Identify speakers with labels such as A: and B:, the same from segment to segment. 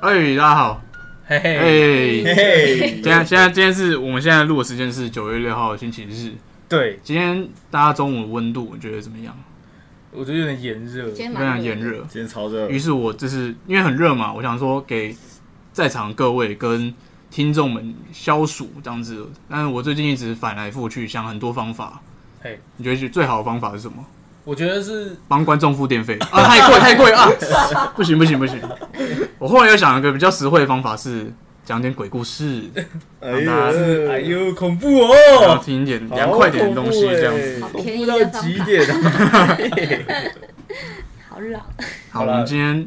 A: 哎，大家好，
B: 嘿
A: 哎、
B: 嘿，
C: 嘿嘿，
A: 现在现在今天是我们现在录的时间是九月六号星期日，
B: 对，
A: 今天大家中午的温度你觉得怎么样？
B: 我觉得有点炎热
D: 今。天
A: 非
D: 蛮
A: 常炎
D: 热的，
A: 热，
C: 今天超热，
A: 于是我就是因为很热嘛，我想说给在场各位跟听众们消暑这样子，但是我最近一直反来覆去想很多方法，
B: 嘿，
A: 你觉得最好的方法是什么？
B: 我觉得是
A: 帮观众付电费啊，太贵太贵啊！ 不行不行不行！我后来又想了一个比较实惠的方法是讲点鬼故事，
C: 哎
A: 大家
C: 呦，
B: 哎，呦恐怖
A: 然后
B: 哦，
A: 听一点凉快点的东西这样子。
D: 好
C: 恐
D: 便宜
C: 怖
D: 的
C: 到
D: 方
C: 极
D: 法
C: 点啊！
D: 好热啊，
A: 好，我们今天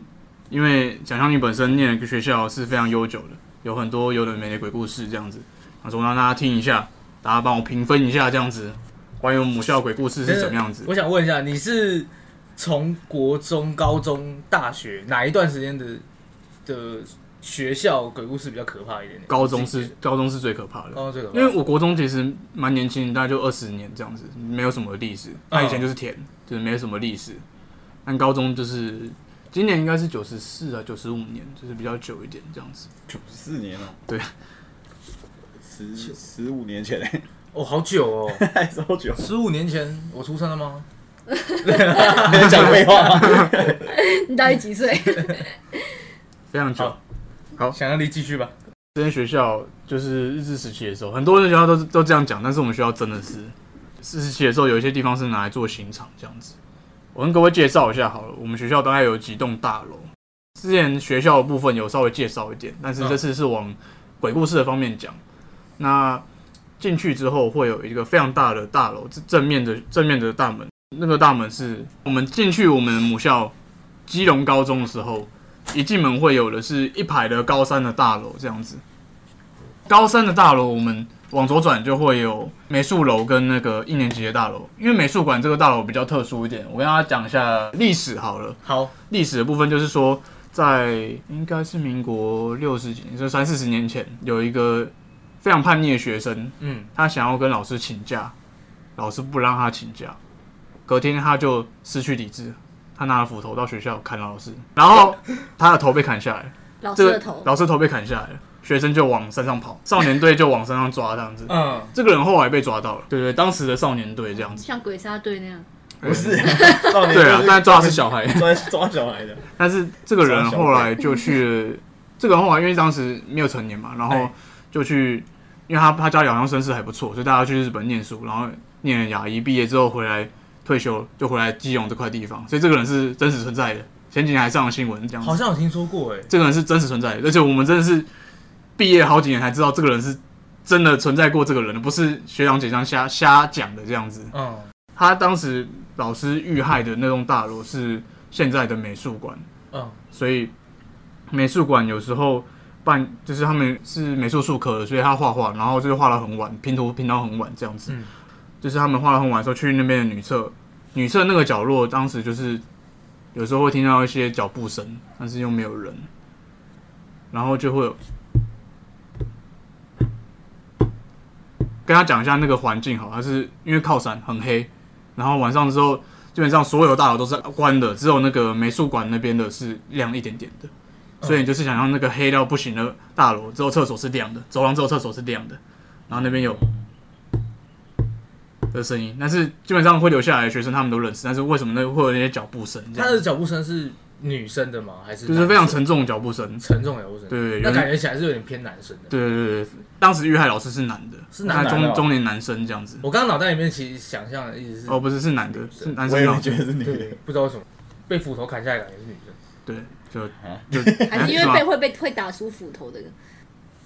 A: 因为想象力本身念的学校是非常悠久的，有很多有的没的鬼故事这样子，想说让大家听一下，大家帮我评分一下这样子，关于我们母校的鬼故事是怎么样 子？
B: 我想问一下，你是从国中、高中、大学哪一段时间的的学校鬼故事比较可怕一点点？
A: 高中是高中是最可怕的，
B: 高中最可怕，
A: 因为我国中其实蛮年轻，大概就二十年这样子，没有什么历史。那以前就是田，就是没有什么历史。但高中就是今年应该是九十四啊，九十五年，就是比较久一点这样子。
C: 九四年了，
A: 对，
C: 十十五年前嘞，
B: 哦好久哦，
C: 还超久，
B: 十五年前我出生了吗？
C: 讲废话。
D: 你到底几岁？
A: 嗯非常久
B: 好。 想象力继续吧。
A: 这间学校就是日治时期的时候，很多人学校都是都这样讲，但是我们学校真的是日治时期的时候，有一些地方是拿来做刑场这样子。我跟各位介绍一下好了，我们学校大概有几栋大楼。之前学校的部分有稍微介绍一点，但是这次是往鬼故事的方面讲。那进去之后会有一个非常大的大楼，正正面的正面的大门，那个大门是我们进去我们母校基隆高中的时候，一进门会有的是一排的高三的大楼这样子。高三的大楼，我们往左转就会有美术楼跟那个一年级的大楼。因为美术馆这个大楼比较特殊一点，我跟大家讲一下历史好了。
B: 好，
A: 历史的部分就是说，在应该是民国六十几年，就三四十年前，有一个非常叛逆的学生，
B: 嗯，
A: 他想要跟老师请假，老师不让他请假，隔天他就失去理智，他拿了斧头到学校砍老师，然后他的头被砍下来。
D: 老师
A: 这
D: 的
A: 个
D: 头，
A: 老师头被砍下来了，学生就往山上跑， 少年队就往山上抓这样子。
B: 嗯，
A: 这个人后来被抓到了，对对，当时的少年队这样子，
D: 像鬼杀队那样，
C: 不是，少年
A: 对啊
C: 就，是
A: 但抓的是小孩，
C: 抓抓小孩的，
A: 但是这个人后来就 去了，这个人后来因为当时没有成年嘛，然后
B: 哎
A: 就去，因为他他家里好像身世还不错，所以大家去日本念书，然后念了牙医，毕业之后回来退休，就回来基隆这块地方，所以这个人是真实存在的，前几年还上了新闻这样子
B: 好。像有听说过哎，
A: 这个人是真实存在的，而且我们真的是毕业好几年才知道这个人是真的存在过这个人的，不是学长姐这样瞎瞎讲的这样子。
B: 嗯，
A: 他当时老师遇害的那栋大楼是现在的美术馆，
B: 嗯，
A: 所以美术馆有时候办就是他们是美术术科的，所以他画画，然后就是画到很晚，拼图拼到很晚这样子。
B: 嗯
A: 就是他们画到很晚的时候去那边的女厕，女厕那个角落当时就是有时候会听到一些脚步声，但是又没有人，然后就会有。跟他讲一下那个环境好，它是因为靠山很黑，然后晚上之后基本上所有大楼都是关的，只有那个美术馆那边的是亮一点点的，所以你就是想让那个黑到不行的大楼，只有厕所是亮的，走廊只有厕所是亮的，然后那边有的声音，但是基本上会留下来的学生他们都认识，但是为什么那会有那些脚步声这
B: 他的
A: 样？
B: 脚步声是女生的吗？还是
A: 就是非常
B: 男生
A: 沉重的脚步声，
B: 沉重的脚步声？
A: 对，
B: 那
A: 有
B: 感
A: 人
B: 觉起来是有点偏男生的。
A: 对对对对，当时遇害老师是男的，
B: 是
A: 那
B: 男
C: 的
A: 中
C: 哦
A: 中年男生这样子，
B: 我刚刚脑袋里面其实想象的一直是，
A: 哦不是是男的，是男
C: 我
A: 生
C: 也
A: 哦
C: 觉得是女
B: 对
C: 的，，
B: 不知道为什么被斧头砍下来，感觉是女生。
A: 对就
C: 啊
A: 就
D: 还是因
A: 嗯是
D: 为
A: 吗
D: 被会被会打出斧头的，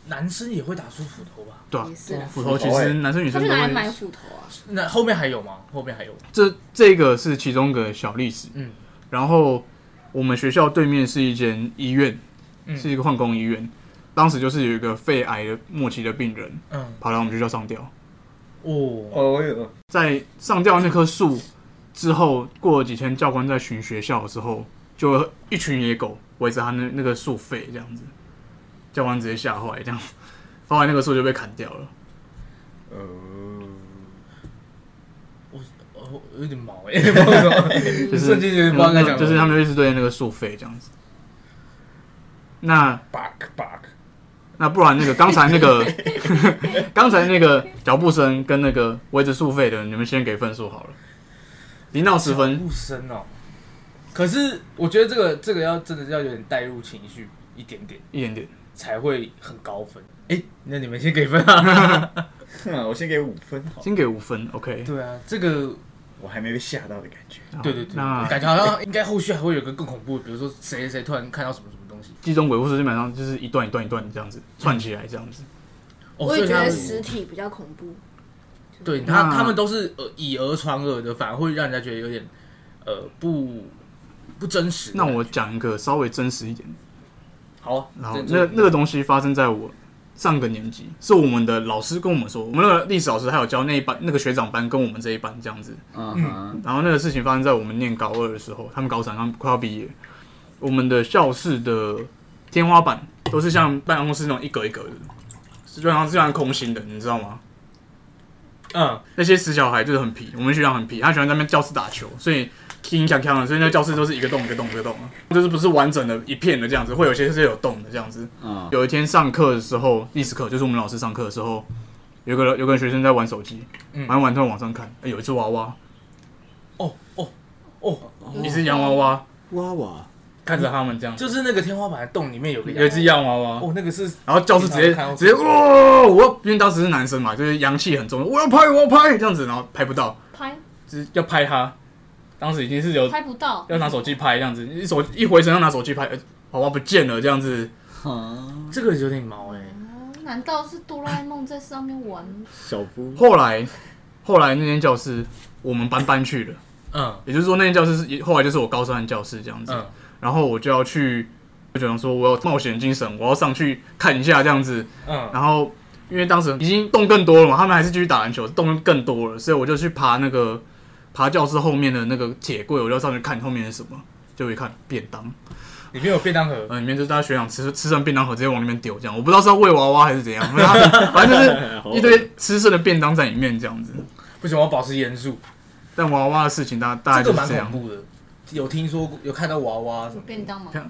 B: 男生也会打出斧头吧？
A: 对啊
D: 也是啦
A: 斧头其实男生女
D: 他
A: 生
D: 去
A: 都
D: 哪
A: 会
D: 里买斧头啊？
B: 那后面还有吗？后面还有？
A: 这这个是其中一个小历史。
B: 嗯，
A: 然后我们学校对面是一间医院，
B: 嗯
A: 是一个矿工医院。当时就是有一个肺癌的末期的病人
B: 嗯，
A: 跑来我们学校上吊，
B: 哦，
C: 哦，我有，
A: 在上吊那棵树之后，过了几天，教官在巡学校的时候，就一群野狗围着他那那个树肺这样子，教官直接吓坏，这样，后来那个树就被砍掉了。
C: 呃，
B: 哦，有点毛哎、欸， 不知道为什么，
A: 就是
B: 瞬间就不知道该讲什么
A: 就是他们就一直对那个树肺这样子。那
B: bug bug，
A: 那不然那个刚才那 个刚才那个脚步声跟那个围着速费的，你们先给分数好了，零到十分。
B: 不深哦。可是我觉得这个这个要真的是要有点带入情绪一点点，
A: 一点点，
B: 才会很高分。哎、那你们先给分啊。
C: 哼，我先给五分好了，
A: 先给五分，OK。
B: 对啊，这个
C: 我还没被吓到的感觉。
A: 好
B: 对对对，
A: 那
B: 感觉好像应该后续还会有一个更恐怖的，比如说谁谁谁突然看到什么什么东西。
A: 剧中鬼故事基本上就是一段一段一段这样子串起来，这样子。
B: 哦
D: 我也觉得
B: 所以
D: 实体比较恐怖。
B: 他对他
A: 那
B: 他们都是呃以讹传讹的，反而会让人家觉得有点呃不不真实。
A: 那我讲一个稍微真实一点的，
B: 好啊，
A: 然后
B: 这
A: 那
B: 这
A: 那个东西发生在我上个年级，是我们的老师跟我们说，我们那个历史老师还有教那一班那个学长班跟我们这一班这样子。
C: 嗯哼，
A: 然后那个事情发生在我们念高二的时候，他们高三，他们快要毕业，我们的教室的天花板都是像办公室那种一格一格的，基本上是像空心的，你知道吗？
B: 嗯
A: 那些死小孩就是很皮，我们学长很皮，他喜欢在那边教室打球，所以听响响的，所以那教室都是一个洞一个洞一个洞，就是不是完整的一片的这样子，会有些是有洞的这样子。
C: 嗯，
A: 有一天上课的时候，历史课就是我们老师上课的时候，有个有个学生在玩手机，
B: 嗯
A: 玩一玩突然往上看，哎有一只娃娃，
B: 哦哦哦，
A: 一只洋娃娃
C: 娃娃，
A: 看着他们这样，
B: 就是那个天花板的洞里面有个
A: 有一只
B: 羊
A: 洋娃娃，
B: 哦，那个是
A: 然后教室直接
B: 平常看到
A: 直接哇，我要因为当时是男生嘛，就是阳气很重，我要拍我要拍这样子，然后拍不到，
D: 拍
A: 就是要拍他，当时已经是有
D: 拍不到，
A: 要拿手机拍这样子，一手一回神要拿手机拍，呃娃娃不见了这样子，
C: 哈，
B: 这个有点毛哎、
D: 哦难道是哆啦 A 梦在上面玩？
C: 小夫，
A: 后来后来那间教室我们班搬去了。
B: 嗯
A: 也就是说，那间教室是后来就是我高三的教室这样子，
B: 嗯，
A: 然后我就要去，我就想说我有冒险精神，我要上去看一下这样子。
B: 嗯，
A: 然后因为当时已经动更多了嘛，他们还是继续打篮球，动更多了，所以我就去爬那个爬教室后面的那个铁柜，我就上去看后面是什么。就一看便当，
B: 里面有便当盒，
A: 呃，里面就是大家学长吃吃剩便当盒，直接往里面丢，这样我不知道是要喂娃娃还是怎样，反正 反正就是 一堆吃剩的便当在里面这样子。
B: 不行，我要保持严肃。
A: 但娃娃的事情大大概
B: 这
A: 就
B: 个
A: 是
B: 蛮
A: 这样
B: 恐，怖的，有听说过，有看到娃娃什么
D: 便
B: 的，
D: 当吗？
A: 看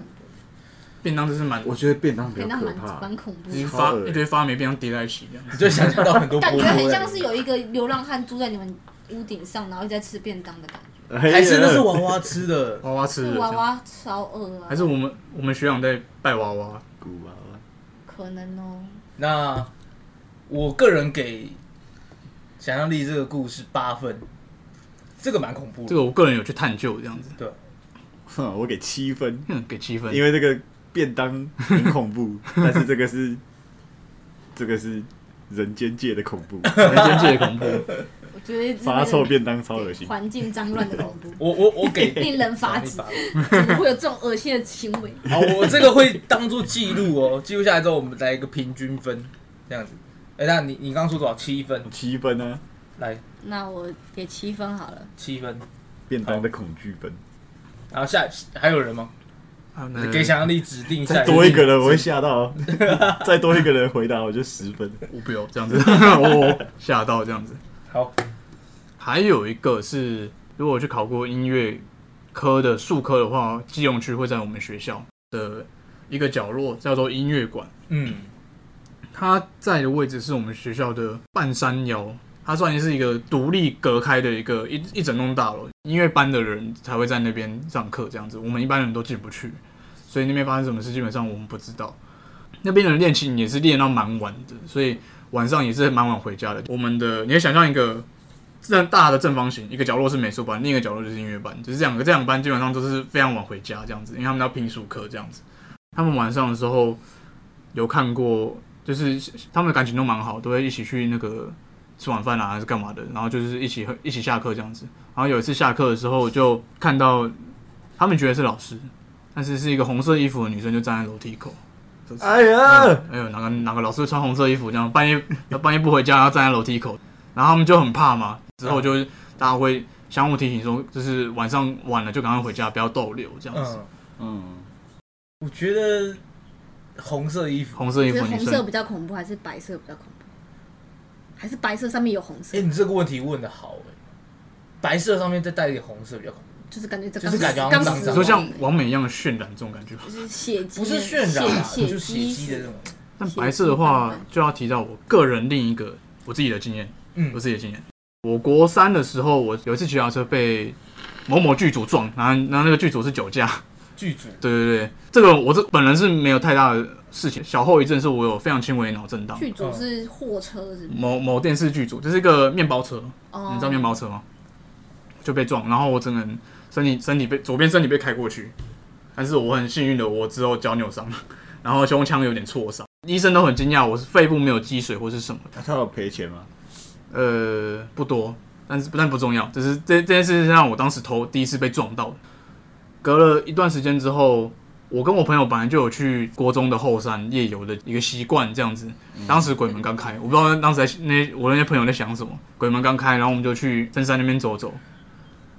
A: 便当就是蛮
C: 我觉得便当比
D: 便
C: 较
D: 当
C: 可
D: 蛮
C: 怕。
D: 蛮恐怖
A: 一
D: 的
A: 堆，
C: 超
A: 发
C: 恶
A: 一堆发霉便当叠在一起这样子。
B: 你就想象到很 多波
D: 感
B: 波
D: 觉很
B: 在
D: 像
B: 里
D: 是
B: 面。
D: 有一个流浪汉住在你们屋顶上，然后一直在吃便当的感觉。
C: 还
B: 还是那是
A: ，
B: 娃娃吃的
A: 娃娃吃的
D: 那
A: 这
D: 娃
A: 样，
D: 娃超饿啊，
A: 还是我们我们学长在拜娃娃，
C: 古娃娃，
D: 可能哦。
B: 那我个人给想象力这个故事八分，这个蛮恐怖
A: 这
B: 的。，
A: 个我个人有去探究这样子，
C: 哼， 我给七分，
A: 哼，给七分，
C: 因为这个便当很恐怖，但是这个是这个是人间界的恐怖，
A: 人间界的恐怖，
D: 我觉得是那
C: 发
D: 个
C: 臭便当超恶心。
D: 环境脏乱的恐 怖
B: 我我我给
D: 令人发指
B: 想象力
D: 怎么会有这种恶心的行 为？
B: 八分。好，我这个会当做记录哦，记录下来之后我们来一个平均分，这样子。哎、那你你刚刚说多少？七分，
C: 七分啊呢、
B: 来
D: 那我给七分好了，
B: 七分。
C: 便当的恐惧分，
B: 然后下还有人吗？
A: 啊那
B: 给想象力指定
C: 嗯
B: 下
C: 再多一个人我会吓到哦，
B: 哎
C: 再多一个人回答我就十 分。
A: 我不要这样子， 哦，吓到这样子。
B: 好，
A: 还有一个是，如果我去考过音乐科的数科的话，基隆区会在我们学校的一个角落叫做音乐馆，
B: 嗯，
A: 它在的位置是我们学校的半山腰，它算是一个独立隔开的一个一一整栋大楼，音乐班的人才会在那边上课这样子，我们一般人都进不去，所以那边发生什么事基本上我们不知道。那边的人练琴也是练到蛮晚的，所以晚上也是蛮晚回家的。我们的你可以想象一个正大的正方形，一个角落是美术班，另一个角落就是音乐班，就是这两个这两个班基本上都是非常晚回家这样子，因为他们要拼数课这样子。他们晚上的时候有看过，就是他们的感情都蛮好，都会一起去那个吃晚饭啊，还是干嘛的，然后就是一起一起下课这样子。然后有一次下课的时候，就看到他们觉得是老师，但是是一个红色衣服的女生就站在楼梯口。
C: 哎
B: 嗯
C: 呀，
A: 哎呦，哪个哪个老师穿红色衣服这样，半夜 半夜不回家，然后站在楼梯口，然后他们就很怕嘛。之后
B: 嗯
A: 就大家会相互提醒说，就是晚上晚了就赶快回家，不要逗留这样子。
B: 嗯，
C: 嗯，
B: 我觉得红色衣服，
A: 红色衣
D: 你觉
A: 服
D: 得
A: 女
D: 红色
A: 生，
D: 比较恐怖，还是白色比较恐怖？还是白色上面有红色
B: 哎、？你这个问题问的好哎、白色上面再带一点红色比较恐怖。
D: 就是感觉这
B: 就是感觉好像
D: 刚
B: 脏
D: 死
B: 脏
A: 你
B: 的
A: 说像王美一样的渲染这种感觉吧。
D: 就是血迹，
B: 不是渲染啊，
D: 血
B: 就是血迹的这种。
A: 但白色的话
D: 血迹，
A: 就要提到我个人另一个我自己的经验，我
B: 嗯，
A: 自己的经验。我国三的时候，我有一次骑脚踏车被某某剧组撞，然后然后那个剧组是酒驾，
B: 剧组
A: 对对对，这个我这本人是没有太大的事情，小后遗症是我有非常轻微的脑震荡。
D: 剧组是货车是不是？
A: 某某电视剧组，这是一个面包车，
B: 嗯
D: 哦，
A: 你知道面包车吗？就被撞，然后我整个人身体身体被左边身体被开过去，但是我很幸运的，我之后脚扭伤，然后胸腔有点挫伤，医生都很惊讶，我是肺部没有积水或是什么的，
C: 那他有赔钱吗？
A: 呃，不多，但是但不重要，只是这这件事情让我当时头第一次被撞到的。隔了一段时间之后，我跟我朋友本来就有去国中的后山夜游的一个习惯，这样子。当时鬼门刚开，我不知道当时在那些我那些朋友在想什么。鬼门刚开，然后我们就去深山那边走走。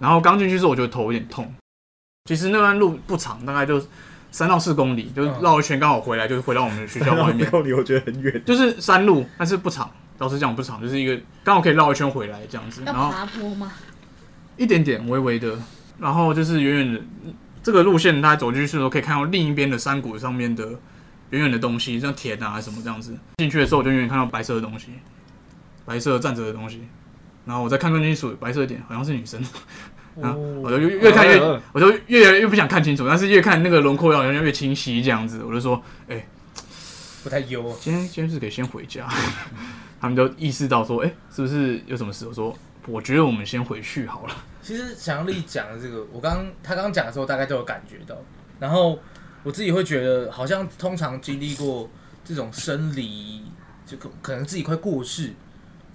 A: 然后刚进去之后，我觉得头有点痛。其实那段路不长，大概就三到四公里，就是
B: 嗯
A: 绕一圈，刚好回来，就是回到我们学校 外面。
C: 后你我觉得很远，
A: 就是山路，但是不长。老实讲不长，就是一个刚好可以绕一圈回来这样子，
D: 要
A: 然后
D: 爬坡吗？
A: 一点点微微的，然后就是远远的这个路线，大家走进去的时候可以看到另一边的山谷上面的远远的东西，像田啊什么这样子。进去的时候我就远远看到白色的东西，白色站着的东西，然后我再看更清楚，白色一点好像是女生，然后啊我就越越看越
B: 哦
A: 我就越来越不想看清楚，但是越看那个轮廓好像越清晰这样子，我就说
B: 不太优啊。
A: 今天今天是可以先回家。 他们就意识到说，哎、是不是有什么事？我说，我觉得我们先回去好了。
B: 其实想象力讲的这个，我刚他刚讲的时候，大概都有感觉到。然后我自己会觉得，好像通常经历过这种生离，就可可能自己快过世，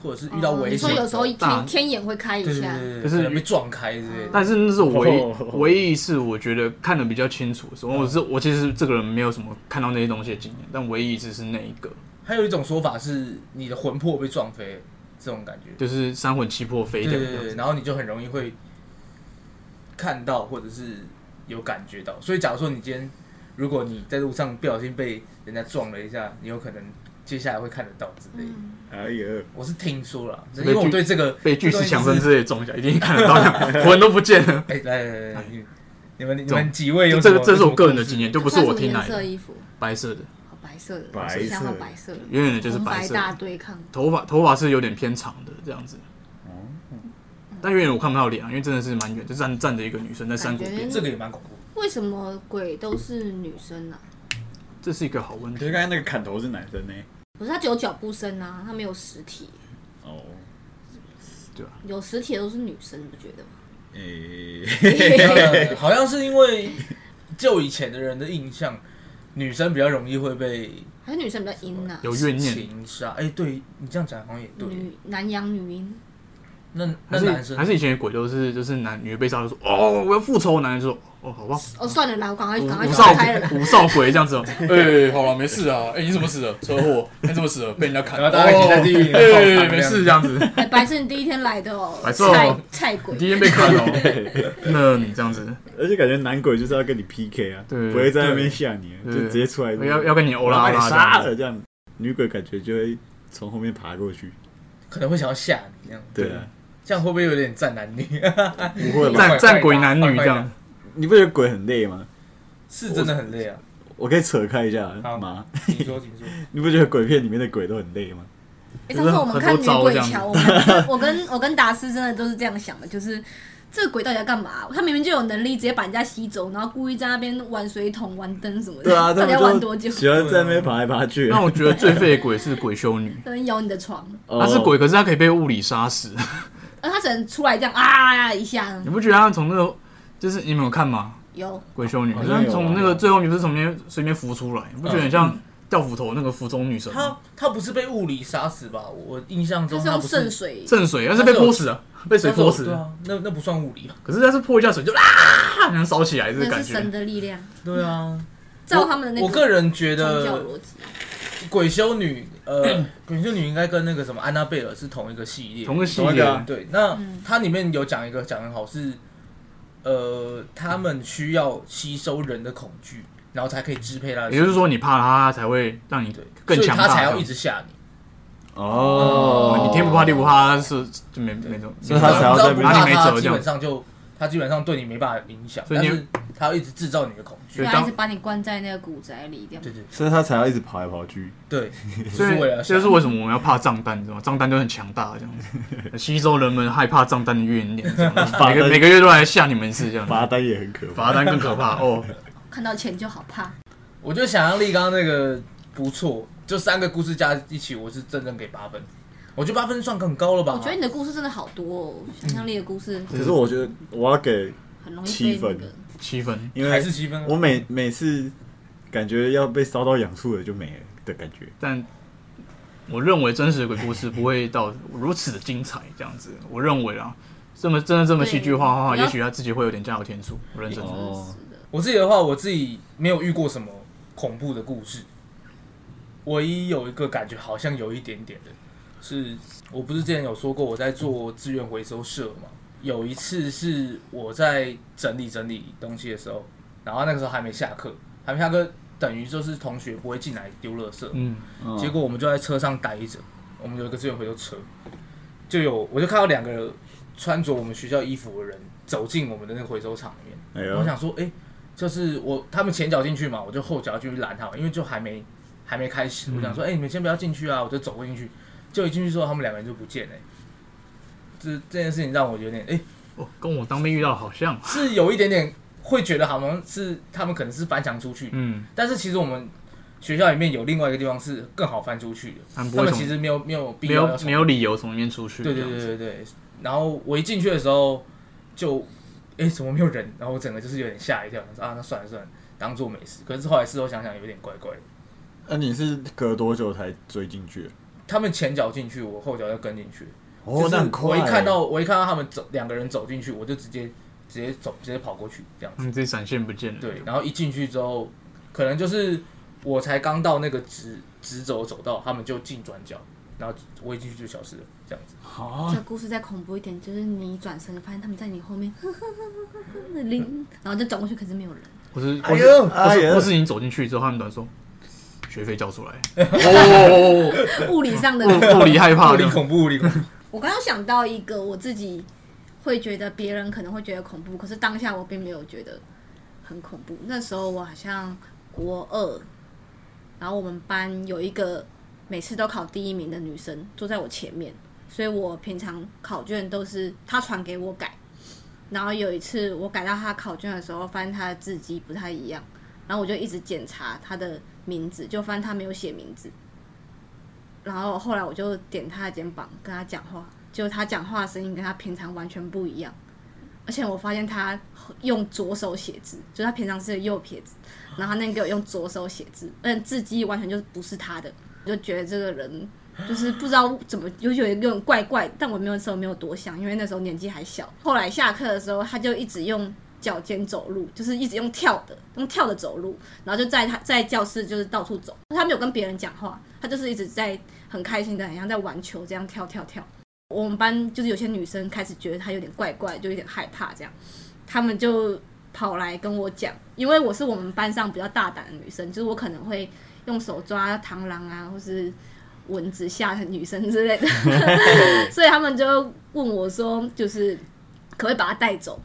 B: 或者是遇到
D: 哦
B: 危
D: 你
B: 险
D: 说，有时候
A: 大
D: 天天眼会开一
B: 对对
D: 下，
B: 对，
A: 就是
B: 可能被撞开之类的。
A: 但是那是我唯一、
C: 哦
A: 唯一一次我觉得看得比较清楚的时候。我是我其实这个人没有什么看到那些东西的经验，但唯一一次是那一个，
B: 还有一种说法是，你的魂魄被撞飞，这种感觉。
A: 就是三魂七魄飞
B: 对
A: 掉
B: 对
A: 这样
B: 对，
A: 子。
B: 然后你就很容易会看到或者是有感觉到。所以假如说你今天如果你在路上不小心被人家撞了一下，你有可能接下来会看得到之类的。
D: 嗯，
C: 哎呀，
B: 我是听说了，
A: 是
B: 因
A: 被
B: 为我
A: 锯
B: 对这个
A: 被巨石强森之类的撞一下，一定看得到， 魂都不见了。
B: 哎、来来来来，你你们你
A: 这种
B: 们几位有
A: 这
B: 什么
A: 这这是我个人的
B: 有什
A: 经
B: 么
A: 验，就不是我听
D: 他
A: 来
D: 穿什么颜色
A: 的。
D: 衣服，
A: 白色的，
D: 哦白色的，
C: 白色
D: 我想到白色的，
A: 远远的就是
D: 红
A: 白
D: 白
A: 色的。
D: 大对抗，
A: 头发头发是有点偏长的这样子。但远远我看不到脸啊，因为真的是蛮远，就站站着一个女生在山谷
D: 感
A: 边
D: 觉，
B: 这个也 蛮恐怖，
D: 为什么鬼都是女生啊呢？
A: 这是一个好问
C: 可是
A: 题。
C: 刚才那个砍头是男生呢？
D: 可是他只有脚步声啊，他没有实体，
C: 哦，
D: 有实体的都是女生，你不觉得吗？
C: 诶，
B: 呃好像是因为就以前的人的印象，女生比较容易会被
D: 还是女生比较阴啊？
A: 有怨念，
B: 情杀。哎、对你这样讲好像也对。
D: 女男阳女阴，
B: 那
A: 还
B: 那男
A: 是
B: 生
A: 还是以前的鬼都是就是男女的被杀就说哦我要复仇，男人说哦好吧，
D: 哦算了啦，我赶快
A: 五
D: 赶快
A: 五
D: 赶
A: 少
D: 快开了啦。
A: 五少鬼这样子哦，哎好了没事啊，哎你怎么死的？车祸，哎你怎么死的？被人家砍
B: 然后大家一起在地狱里面
A: 哦
B: 泡汤
A: 哎没事这样子，
D: 哎，白是你第一天来的哦，
A: 白色哦
D: 菜菜鬼
A: 你，第一天被砍 哦，那你这样子
C: 而且感觉男鬼就是要跟你 PK 啊，
A: 对
C: 不会在那边吓你，啊就
A: 对
C: 直接出来
A: 要要跟你欧
C: 我要
A: 拉
C: 把你
A: 拉这
C: 杀
A: 样子，
C: 了这样。女鬼感觉就会从后面爬过去，
B: 可能会想要吓你这样，
C: 对啊，
B: 这样会不会有点战男女？
C: 不会吧？
A: 战战鬼男女这样，
C: 你不觉得鬼很累吗？
B: 是真的 很累啊。
C: 我可以扯开一下
B: 好
C: 吗？
B: 你说，你说，
C: 你不觉得鬼片里面的鬼都很累吗？
D: 哎、上次我们看《
A: 就是很多
D: 女鬼
A: 招这样子
D: 桥》，我们我跟我跟达斯真的都是这样想的，就是这个鬼到底要干嘛？他明明就有能力直接把人家吸走，然后故意在那边玩水桶、玩灯什么的，
C: 对 啊，
D: 到
C: 他
D: 底要玩
C: 们
D: 多久
C: 就？喜欢在那边爬来爬去。
A: 让我觉得最废的鬼是鬼修女。
D: 在那边咬你的床，
C: 哦
A: 他是鬼，，可是他可以被物理杀死。
D: 而他只能出来这样啊一下
A: 你，不觉得他从那个，就是你们有看吗？
D: 有
A: 鬼修女，
C: 好
A: 他
C: 像有啊
A: 从那个最后面不是从那边随便浮出来，你不觉得很像掉斧头那个浮中女神吗？
B: 他他不是被物理杀死吧？我印象
D: 就
B: 中
D: 是
B: 他
D: 用
B: 不
D: 圣水，
A: 圣水，但是被泼死了，被水泼死
B: 对
A: 了。
B: 啊，那那不算物理啊。
A: 可是他是泼一下水就啊，好像烧起来这个
D: 那
A: 感
D: 是神
A: 觉。
D: 的力量。
B: 对啊，
D: 照他们的那
B: 我个人觉
D: 宗教
B: 得
D: 逻辑，
B: 鬼修女，呃， 鬼修女应该跟那个什么安娜贝尔是同一个系列，
A: 同个系
C: 同一个
A: 列
C: 啊，
B: 对，那
D: 嗯
B: 它里面有讲一个讲得好是，呃，他们需要吸收人的恐惧，然后才可以支配他的
A: 也
B: 心理，
A: 就是说你怕他，他才会让你
B: 对，
A: 更
B: 所以
A: 强
B: 他才
A: 大
B: 要一。直吓你，
C: 哦
A: 哦你天不怕地不怕，他是就没没种，
C: 所以他才要
B: 只要
C: 在
B: 不
A: 拿
B: 怕
A: 你没
B: 他，
A: 辙
B: 基
A: 这样
B: 本。上就它基本上对你没办法影响，
A: 所以
B: 但
A: 你
B: 是它要一直制造你的恐惧
A: 对。
D: 他
A: 当
D: 一直把你关在那个古宅里，这样
B: 对对
C: 所以他才要一直跑来跑去。
B: 对，
A: 所
B: 就是
A: 以
B: 为了要
A: 这就是
B: 想
A: 为什么我们要怕账单，你知道吗？账单都很强大，这样子吸收人们害怕账单的怨念，这样子
C: 罚
A: 每个
C: 单
A: 每个月都来吓你们一次，这样子
C: 罚单也很可怕。
A: 罚单更可怕哦。
D: 看到钱就好怕。
B: 我觉得想象力刚刚那个不错，就三个故事加一起，我是真正给八分。我觉得八分算很高了吧？
D: 我觉得你的故事真的好多哦，想象力的故事
C: 可是我觉得我要给，
D: 很
C: 嗯
D: 容易被那
C: 气
D: 个
C: 氛。
A: 七分，
C: 因为
B: 还是七分啊。
C: 我每每次感觉要被烧到痒处了就没了的感觉。
A: 但我认为真实的鬼故事不会到如此的精彩，这样子，我认为啦。这么真的这么戏剧化的话，
D: 对
A: 也许他自己会有点加油添醋。我认真的，
C: 哦
D: 是的
B: 我自己的话，我自己没有遇过什么恐怖的故事，唯一有一个感觉好像有一点点的，是我不是之前有说过我在做志愿回收社嘛？有一次是我在整理整理东西的时候，然后那个时候还没下课，还没下课，等于就是同学不会进来丢垃圾，
A: 嗯，
C: 嗯
B: 结果我们就在车上待着，我们有一个资源回收车，就有我就看到两个穿着我们学校衣服的人走进我们的那个回收场里面，
C: 哎呦
B: 我想说，哎、就是我他们前脚进去嘛，我就后脚进去拦他们，因为就还没还没开始，我想
A: 嗯
B: 说，哎、你们先不要进去啊，我就走过进去，就一进去之后，他们两个人就不见了、这这件事情让我有点，哎、
A: 哦，跟我当兵遇到好像，
B: 是有一点点会觉得好像是他们可能是翻墙出去，
A: 嗯，
B: 但是其实我们学校里面有另外一个地方是更好翻出去的，
A: 他
B: 他
A: 们不会
B: 们
A: 从
B: 其实没有没有必
A: 没
B: 要要
A: 有
B: 从
A: 没有理由从里面出去。
B: 对对
A: 这样
B: 对
A: 子
B: 对对。然后我一进去的时候就，哎、怎么没有人？然后我整个就是有点吓一跳，想说啊，那算了算了，当做没事。可是后来事后想想有点怪怪的。
C: 那、你是隔多久才追进去？
B: 他们前脚进去，我后脚就跟进去。
C: 哦，
B: 就是
C: 那很快
B: 我
C: 欸。
B: 一看到我一看到他们走两个人走进去，我就直接直接走直接跑过去这样子
A: 他。们自己闪现不见了。
B: 对，然后一进去之后，可能就是我才刚到那个直直走走道，他们就进转角，然后我一进去就消失了，这样子。
D: 这
C: 啊，
D: 个故事再恐怖一点，就是你转身发现他们在你后面， 呵呵呵呵呵铃，然后就转过去，可是没有人。
A: 或是
B: 哎
A: 或是
B: 呦
A: 或
C: 哎
A: 是
C: 呀
A: 或是你走进去之后，他们突然说学费交出来，哦，
D: 物理上的恐
A: 物
D: 怖
A: 物理害怕 这
B: 物理
A: 样，
B: 恐怖，物理恐怖。
D: 我刚刚想到一个我自己会觉得别人可能会觉得恐怖，可是当下我并没有觉得很恐怖。那时候我好像国二，然后我们班有一个每次都考第一名的女生坐在我前面，所以我平常考卷都是她传给我改。然后有一次我改到她考卷的时候，发现她的字迹不太一样，然后我就一直检查她的名字，就发现她没有写名字。然后后来我就点他的肩膀跟他讲话，结果他讲话的声音跟他平常完全不一样，而且我发现他用左手写字，就是他平常是右撇子，然后他那个用左手写字，但字迹完全就不是他的，我就觉得这个人就是不知道怎么，就有点有点怪怪，但我没有那时候没有多想，因为那时候年纪还小。后来下课的时候，他就一直用脚尖走路，就是一直用跳的，用跳的走路，然后就在他在教室就是到处走，他没有跟别人讲话，他就是一直在很开心的，很像在玩球这样跳跳跳。我们班就是有些女生开始觉得他有点怪怪，就有点害怕这样，他们就跑来跟我讲，因为我是我们班上比较大胆的女生，就是我可能会用手抓螳螂啊，或是蚊子吓的女生之类的，所以他们就问我说，就是可不可以把她带走？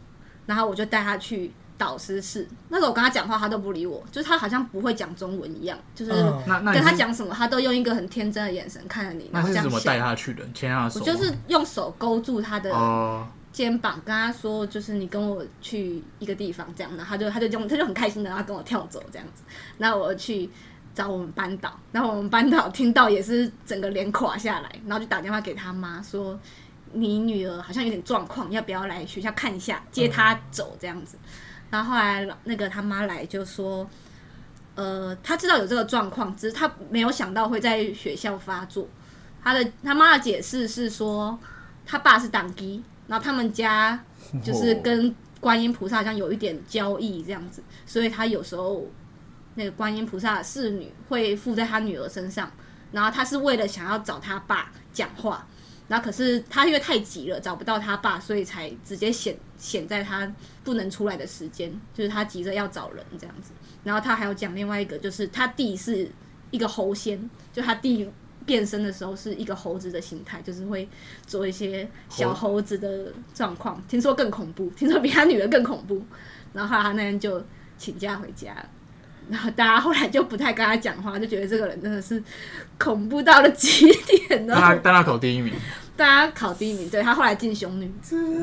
D: 然后我就带她去导师室。那时候我跟她讲话，她都不理我，就是她好像不会讲中文一样，就是
B: 嗯
A: 那那你
D: 跟她
A: 是
D: 讲什么，她都用一个很天真的眼神看着你，然
A: 那
D: 后
A: 是
D: 这
A: 怎
D: 样
A: 么带
D: 笑。
A: 他去的？牵他的手
D: 我
A: 吗？
D: 就是用手勾住她的
A: 哦，
D: 肩膀跟他说，就是你跟我去一个地方这样，然后他就他就用他就很开心的，然后跟我跳走这样子，然后我去找我们班导，然后我们班导听到也是整个脸垮下来，然后就打电话给他妈说，你女儿好像有点状况，要不要来学校看一下，
A: 嗯
D: 接她走这样子。然后后来那个他妈来就说，呃，他知道有这个状况，只是他没有想到会在学校发作。他的他妈的解释是说，他爸是党基，然后他们家就是跟观音菩萨好像有一点交易这样子，所以他有时候那个观音菩萨的侍女会附在他女儿身上，然后他是为了想要找他爸讲话，然后可是他因为太急了找不到他爸，所以才直接显显在他不能出来的时间，就是他急着要找人这样子。然后他还有讲另外一个，就是他弟是一个侯仙，就他弟变身的时候是一个猴子的形态，就是会做一些小猴子的状况。听说更恐怖，听说比他女儿更恐怖。然后后来他那天就请假回家了，然后大家后来就不太跟他讲话，就觉得这个人真的是恐怖到了极点
A: 但他
D: 哦。
A: 但他考第一名，
D: 大家考第一名，对他后来进雄女。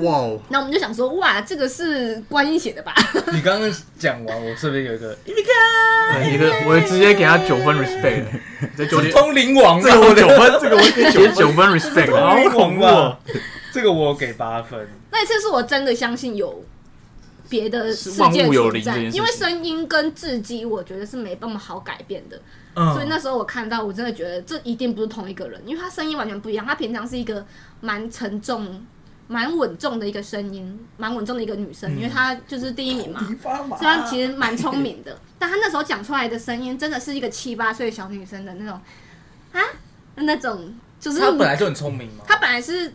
A: 哇哦！
D: 那我们就想说，哇，这个是观音写的吧？
B: 你刚刚讲完，我这边有一个
A: 哎你的我直接给他九分 respect，这九
B: 是
A: 点
B: 通灵王
C: 这
B: 吧，
C: 个我九分， 这个我给九
A: 九
C: 分，
A: 九分 respect，
C: 好
B: 通灵
C: 恐
B: 王
C: 怖哦
B: 吧，这个我给八分。
D: 那一次是我真的相信有别的世
A: 万
D: 界
A: 物有
D: 存
A: 灵这
D: 在，
A: 件事情
D: 因为声音跟字迹，我觉得是没那么好改变的。所以
B: 嗯，
D: 那时候我看到，我真的觉得这一定不是同一个人，因为他声音完全不一样。他平常是一个蛮沉重、蛮稳重的一个声音，蛮稳重的一个女
A: 嗯
D: 生，因为她就是第一名嘛，虽然其实蛮聪明的， 但她那时候讲出来的声音真的是一个七八岁小女生的那种啊，那种就是
B: 他本来就很聪明嘛。
D: 他本来是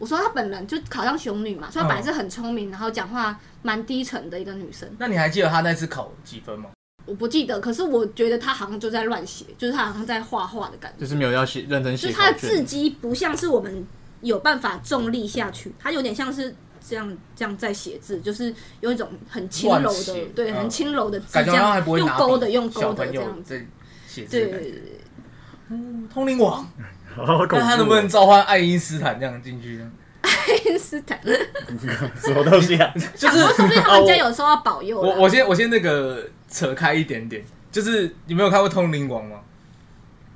D: 我说他本人就考上雄女嘛，所以他本来是很聪明，然后讲话蛮低沉的一个女生。
B: 那你还记得他那次考几分吗？
D: 我不记得，可是我觉得他好像就在乱写，就是他好像在画画的感觉，
A: 就是没有要写认真
D: 就
A: 写
D: 是他
A: 考
D: 的字
A: 卷。
D: 迹不像是我们有办法重力下去，他有点像是。这样这样在写字，就是有一种很轻柔
B: 乱写
D: 的，对，
B: 嗯
D: 很轻柔的字，
B: 感觉
D: 这
B: 好像
D: 样
B: 还不会
D: 用
B: 拿笔
D: 勾的，用
B: 小
D: 勾的这
B: 朋友
D: 样子，
B: 在写字
D: 对
B: 的感
D: 对
B: 觉。
D: 对对
B: 通灵王，
C: 好恐怖哦。
B: 那他能不能召唤爱因斯坦这样进去 呢？
D: 对，斯坦，
C: 什么东西 啊？
B: 就是
D: 想说说不定他
B: 哦
D: 们家有受到保佑啦。
B: 我我先我先那个扯开一点点，就是你没有看过《通灵王》吗？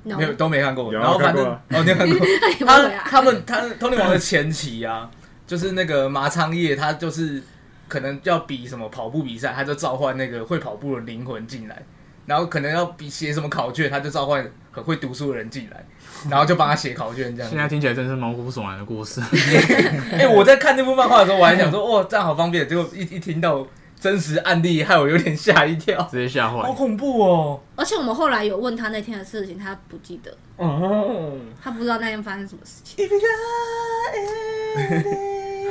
D: No
B: 没有，都没看过。
C: 有啊
B: 然后反正
C: 看
B: 哦，你有看过
D: 哎不
B: 他
D: 会啊
B: 他们他《通灵王》的前期啊，就是那个麻仓叶，他就是可能要比什么跑步比赛，他就召唤那个会跑步的灵魂进来，然后可能要比写什么考卷，他就召唤很会读书的人进来，然后就帮他写考卷这样子
A: 现。在听起来真是毛骨悚然的故事。
B: 哎、 我在看这部漫画的时候，我还想说，哇，这样好方便。结果一一听到真实案例，害我有点吓一 跳，
A: 直接吓坏
B: 好。恐怖哦。
D: 而且我们后来有问他那天的事情，他不记得，
B: 哦，
D: 他不知道那天发生什么事情。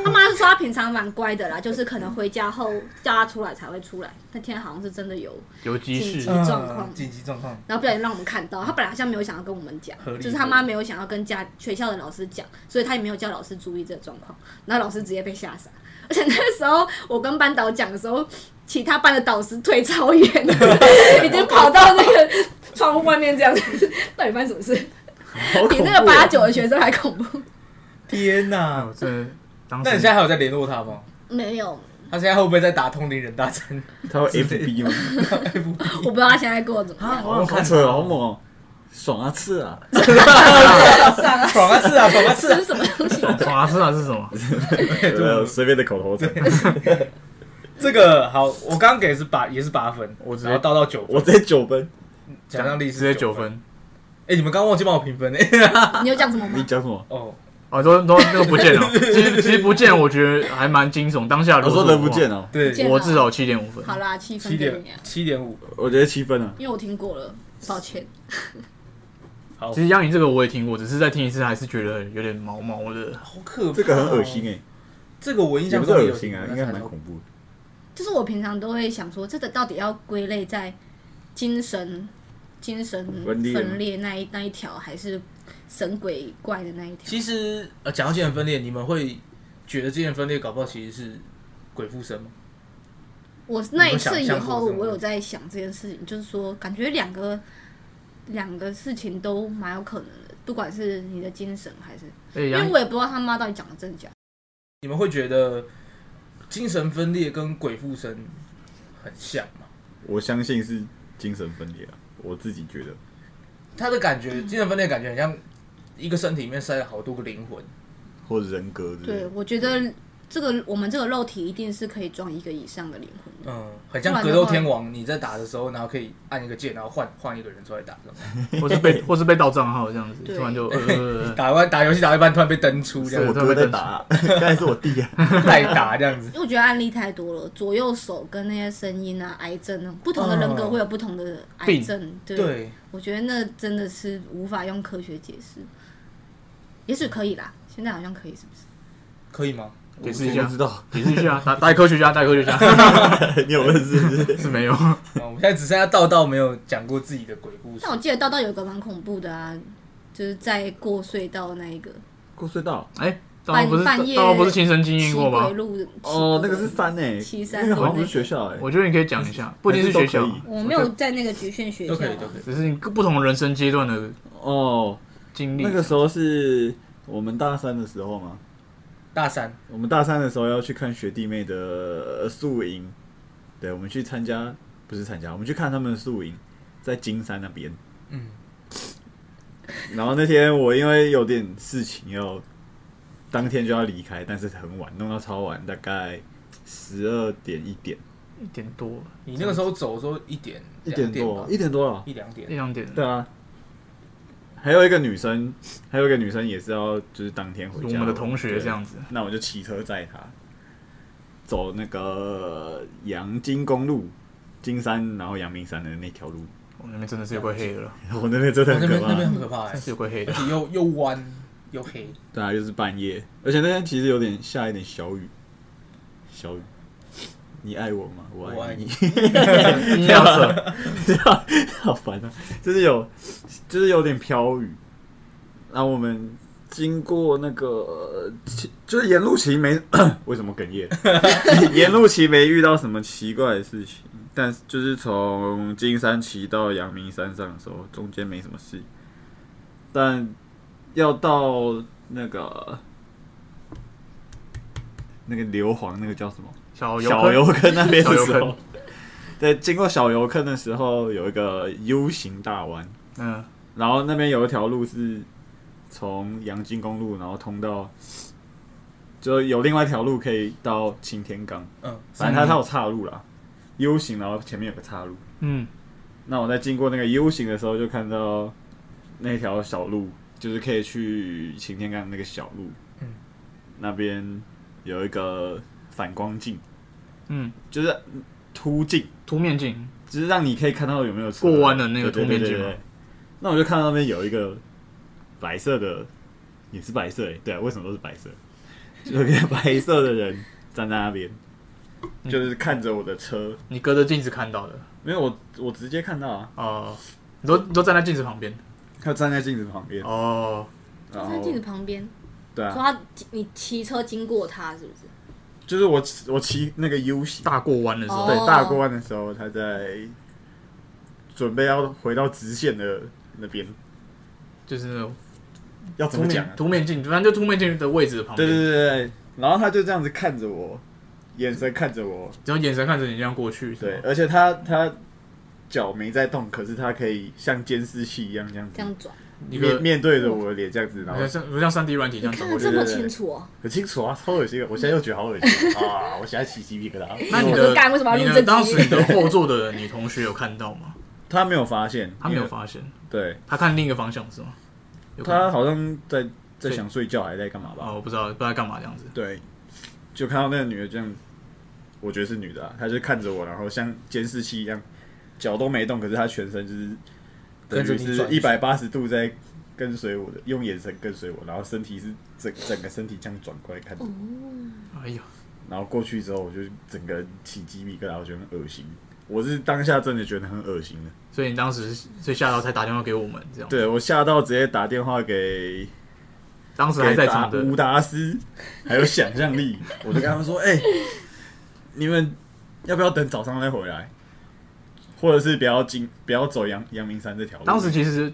D: 他妈是说他平常蛮乖的啦，就是可能回家后叫他出来才会出来。那天好像是真的有，
A: 有急 事
D: 紧，
C: 嗯
D: 急状况
B: 紧急状况，
D: 然后不小心让我们看到，他本来好像没有想要跟我们讲
B: 合理，
D: 就是他妈没有想要跟家学校的老师讲，所以他也没有叫老师注意这个状况。然后老师直接被吓傻，而且那时候我跟班导讲的时候，其他班的导师退超远 了，已经跑到那个窗户外面这样子，到底发生什么事？
C: 好
D: 比
C: 恐怖啊
D: 那个八九的学生还恐怖。
B: 天哪、
A: 我真的当
B: 那你现
A: 时
B: 在还有在联络他吗？
D: 没有，
B: 他现在会不会在打通灵人大战？
C: 他会 FB 吗？
D: 我不知道他现在过得怎么
B: 啊
D: 样。
C: 好扯哦，好猛哦，爽啊刺啊！
D: 算了，
B: 爽啊是啊，爽啊是
D: 这
B: 啊
D: 是，什么东西？
A: 华斯啊是什么？
C: 呃，随便的口头禅，
B: 这个好，我刚刚给是八，也是八分，
A: 我直接
B: 然后倒到九分，
C: 我直接九分。
B: 奖项力
A: 直接
B: 是
A: 九
B: 分。
A: 分。
B: 哎、你们刚刚忘记帮我评分 哎、
D: 你有讲什么
C: 你
D: 吗？
C: 讲什么？
B: 哦，
A: 啊，都都那个不 见了。其实其实不见，我觉得还蛮惊悚。当下
C: 我
A: 如果
C: 说
A: 是
C: 人不
A: 的话
C: 见，了，
B: 对，
D: 见
A: 我至少七点五分。
D: 好啦，七
B: 七
D: 分给
B: 点
D: 你啊，
B: 七点五，
C: 我觉得七分啊。
D: 因为我听过了，抱歉。
B: 好
A: 其，实央影这个我也听过，只是再听一次还是觉得有点毛毛的。
B: 好可怕、哦
C: 这个很恶心。哎，
B: 这个我印
C: 也
B: 象
C: 不是
B: 中
C: 恶心啊，
B: 有
C: 应该蛮恐怖的。
D: 就是我平常都会想说，这个到底要归类在精神精神
C: 分裂吗
D: 分裂那一那一条，还是神鬼怪的那一条？
B: 其实呃，讲到精神分裂，你们会觉得精神分裂搞不好其实是鬼附身吗？
D: 我那一次以
B: 你有想过
D: 后，
B: 这种
D: 我有在想这件事情，就是说，感觉两个两个事情都蛮有可能的，不管是你的精神还是，
A: 哎，
D: 因
A: 央
D: 为我也不知道他妈到底讲的真假。
B: 你们会觉得精神分裂跟鬼附身很像吗？
C: 我相信是精神分裂啊，我自己觉得。
B: 他的感觉，精神分裂感觉很像一个身体里面塞了好多个灵魂，
C: 或者人格之类
D: 对
C: 的，，
D: 我觉得这个我们这个肉体一定是可以装一个以上的灵魂的。
B: 嗯，很像格斗天王，你在打的时候，然后可以按一个键，然后 换换一个人出来打，这样
A: 或是被或是被盗账号这样子，
D: 对
A: 突然就呃呃，呃
B: 打完打游戏打到一半，突然被登出这
C: 是我
B: 样，
A: 对
C: 哥在打啊， 刚才是我弟啊。
B: 代打这样子
D: 因。为我觉得案例太多了，左右手跟那些声音啊、癌症啊，不同的人格会有不同的癌症。对，
B: 对，
D: 我觉得那真的是无法用科学解释。也许可以啦，现在好像可以，是不是？
B: 可以吗？
A: 解释一
C: 我
A: 下
C: 不知，道，
A: 解释一下，啊打打给科学家，打给科学家
C: 你有认识是不是？
A: 是没有。
B: 哦啊，我们现在只剩下道道没有讲过自己的鬼故事
D: 但。我记得道道有一个蛮恐怖的啊，就是在过隧道那一个
C: 过隧道
A: 哎，大王不是大
D: 半夜
A: 王不是亲身经
D: 奇
A: 历过
D: 鬼
A: 吗？
D: 路的
C: 哦，那个是，山诶，
D: 七山
C: 那个好像
D: 路
C: 不
D: 那
C: 是学校欸诶，
A: 我觉得你可以讲一下，不一定是学校
C: 还是都，
D: 我没有在那个局限学校
B: 都
D: 啊，
B: 可以都可以。
A: 只是你不同人生阶段的
C: 哦，
A: 经历。
C: 那个时候是我们大三的时候嘛，
B: 大三
C: 我们大三的时候要去看学弟妹的呃宿营，对，我们去参加，不是参加，我们去看他们的宿营，在金山那边。
B: 嗯，
C: 然后那天我因为有点事情要，当天就要离开，但是很晚，弄到超晚，大概十二点一点
A: 一点多，
B: 你那个时候走的时候一点
C: 一点
B: 两吧
C: 多一点多了。
B: 一两
A: 一
B: 点，
A: 两点，
C: 对啊，还有一个女生，还有一个女生也是要就是当天回
A: 我
C: 家，
A: 们的同学这样子。
C: 那我就骑车载他走那个阳金公路、金山，然后阳明山的那条路。
A: 我们那边真的是有块黑的了，
C: 我那边真的很
B: 哦那
C: 可
B: 边那
C: 怕
B: 边，很可怕
A: 真
B: 哎，
A: 是有块黑
B: 而
A: 的。
B: 且又又弯又黑，
C: 对啊，又是半夜，而且那天其实有点下一点小雨，小雨。你爱我吗？我
B: 我
C: 爱
B: 爱
C: 你
B: 你。
A: 硬要 扯，
C: 好烦啊！就是有，就是有点飘雨。然后我们经过那个，呃其就是沿路骑没 为什么哽咽？ 沿路骑没遇到什么奇怪的事情，但是就是从金山骑到阳明山上的时候，中间没什么事。但要到那个那个硫磺，那个叫什么？
A: 小油
C: 小油坑那边的
A: 小
C: 时
A: 油
C: 候
A: 坑，
C: 对，经过小油坑的时候有一个 U 型大弯，
A: 嗯，
C: 然后那边有一条路是从阳金公路，然后通到，就有另外一条路可以到擎天岗，
B: 嗯，
C: 反正它它有岔路啦，U 型，然后前面有个岔路。
A: 嗯，
C: 那我在经过那个 U 型的时候，就看到那条小路，就是可以去擎天岗那个小路，
B: 嗯
C: 那边有一个反光镜，
A: 嗯，
C: 就是凸镜。
A: 凸面镜，
C: 只是让你可以看到有没有车
A: 过弯的那个
C: 对对
A: 凸面
C: 对
A: 镜
C: 对
A: 吗
C: 对那我就看到那边有一个白色的，也是白色、欸，对、啊，为什么都是白色？有一个白色的人站在那边， 就是看着我的车，
A: 你隔着镜子看到的
C: 没有我，我直接看到啊，
A: 哦。你都你都站在镜子旁边
C: 他站在镜子旁边，
A: 哦，
C: 然
D: 在
C: 后
D: 镜子旁边，
C: 对
D: 说
C: 啊，
D: 他你骑车经过他是不是？
C: 就是我骑我骑那个 U 型，
A: 大过弯的时候，
C: 对
D: 哦
C: 大过弯的时候，他在准备要回到直线的那边，
A: 就是那种
C: 要怎
A: 凸
C: 么讲、啊
A: 面？凸面镜，反正就凸面镜的位置的旁
C: 对
A: 边，
C: 对对对，然后他就这样子看着我，眼神看着我，
A: 只要眼神看着你这样过去，是
C: 对，
A: 吗，
C: 而且他他脚没在动，可是他可以像监视器一样这样
D: 这
C: 子，
D: 样转，
A: 一
C: 面
A: 个
C: 面对着我的脸这样子，然
A: 好
C: 后
A: 像像像三 D 软体这
D: 你
A: 样走
D: 看
A: 过
D: 得
A: 去。
D: 这
C: 对
D: 么
C: 对对
D: 清楚哦，
C: 很清楚啊，超恶心的，我现在又觉得好恶 心啊，我现在起鸡皮疙瘩。
A: 那你
D: 我
A: 的
D: 说干为什么要
A: 你
D: 录
A: 的
D: 这集
A: 当时你的后座的女同学有看到吗？
C: 他没有发现，
A: 她没有
C: 因为，
A: 发 现，
C: 对
A: 她看另一个方向是吗？有看到
C: 他好像在在
A: 所以
C: 想睡觉，还在干嘛吧？
A: 哦，我不知道不知道在干嘛这样子。
C: 对，就看到那个女的这样，我觉得是女的、啊，她就看着我，然后像监视器一样，脚都没动，可是她全身就是
B: 跟
C: 等
B: 着
C: 于
B: 你
C: 是
B: 转
C: 一百八十度在跟随我的，用眼神跟随我，然后身体是整整个身体这样转过来看着我，
A: 哎呀，
C: 然后过去之后，我就整个人起鸡皮疙瘩，我觉得很恶心。我是当下真的觉得很恶心的，
A: 所以你当时所以吓到才打电话给我们这样。，
C: 对我吓到直接打电话给
A: 当时还
C: 给
A: 在
C: 达
A: 场的
C: 吴达斯，还有想象力， 我就跟他们说：“哎、你们要不要等早上再回来，或者是不要进，不要走阳阳明山这条路？”
A: 当时其实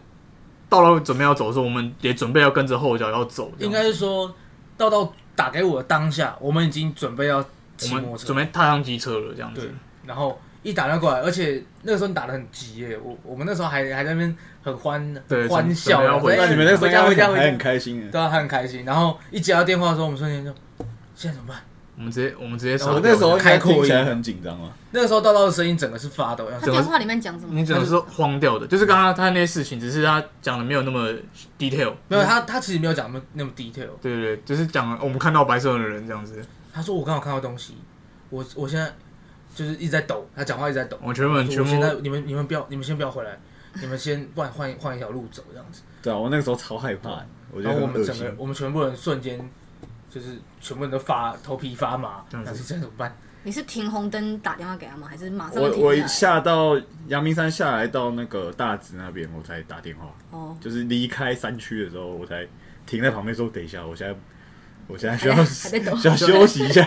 A: 到了准备要走的时候，我们也准备要跟着后脚要走，这样
B: 应该是说到到打给我的当下，我们已经准备要骑
A: 我
B: 摩
A: 们
B: 托车，
A: 准备踏上机车了，这样
B: 对
A: 子。，
B: 然后一打电话过来，而且那个时候你打的很急耶，我我们那时候还还在那边很欢
A: 对
B: 欢笑，
A: 准备要
B: 然后
A: 回去
B: 说哎
C: 那你们那时候
B: 回家回
C: 应该
B: 家
C: 很还
B: 回
C: 很
B: 家，
C: 开心的。
B: 对啊，他很开心。然后一接到电话的时候，我们瞬间就现在怎么办？
A: 我们直接我们直接
B: 我
A: 上。
C: 我那时候应该
B: 开阔
C: 听起来
B: 音
C: 很紧张啊，
B: 那个时候道道的声音整个是发抖，然
D: 他
A: 啊
B: 后
D: 电话里面讲什么
A: 你？只能说慌掉的，就是刚刚他那些事情，只是他讲的没有那么 detail。
B: 没有他他其实没有讲那么那么 detail，
A: 对对对，就是讲了哦我们看到白色的人这样子，
B: 他说我刚好看到东西，我我现在就是一直在抖，他讲话一直在抖，
A: 我们全部人全
B: 我
A: 部
B: 现在你们你们不要你们先不要回来，你们先换换换一条路走这样子。
C: 对啊，我那个时候超害怕，我觉得
B: 然后我
C: 很
B: 们
C: 恶
B: 整
C: 心
B: 个。我们全部人瞬间就是全部人都发头皮发麻，
A: 这样
B: 想
A: 子
B: 说这怎么办？
D: 你是停红灯打电话给他们，还是马上就
C: 我
D: 停
C: 我一
D: 下来？
C: 下到阳明山下来到那个大直那边，我才打电话，
D: 哦，
C: 就是离开山区的时候，我才停在旁边说等一下，我现在我现在需要
D: 还在还在 抖
C: 需要休息一下。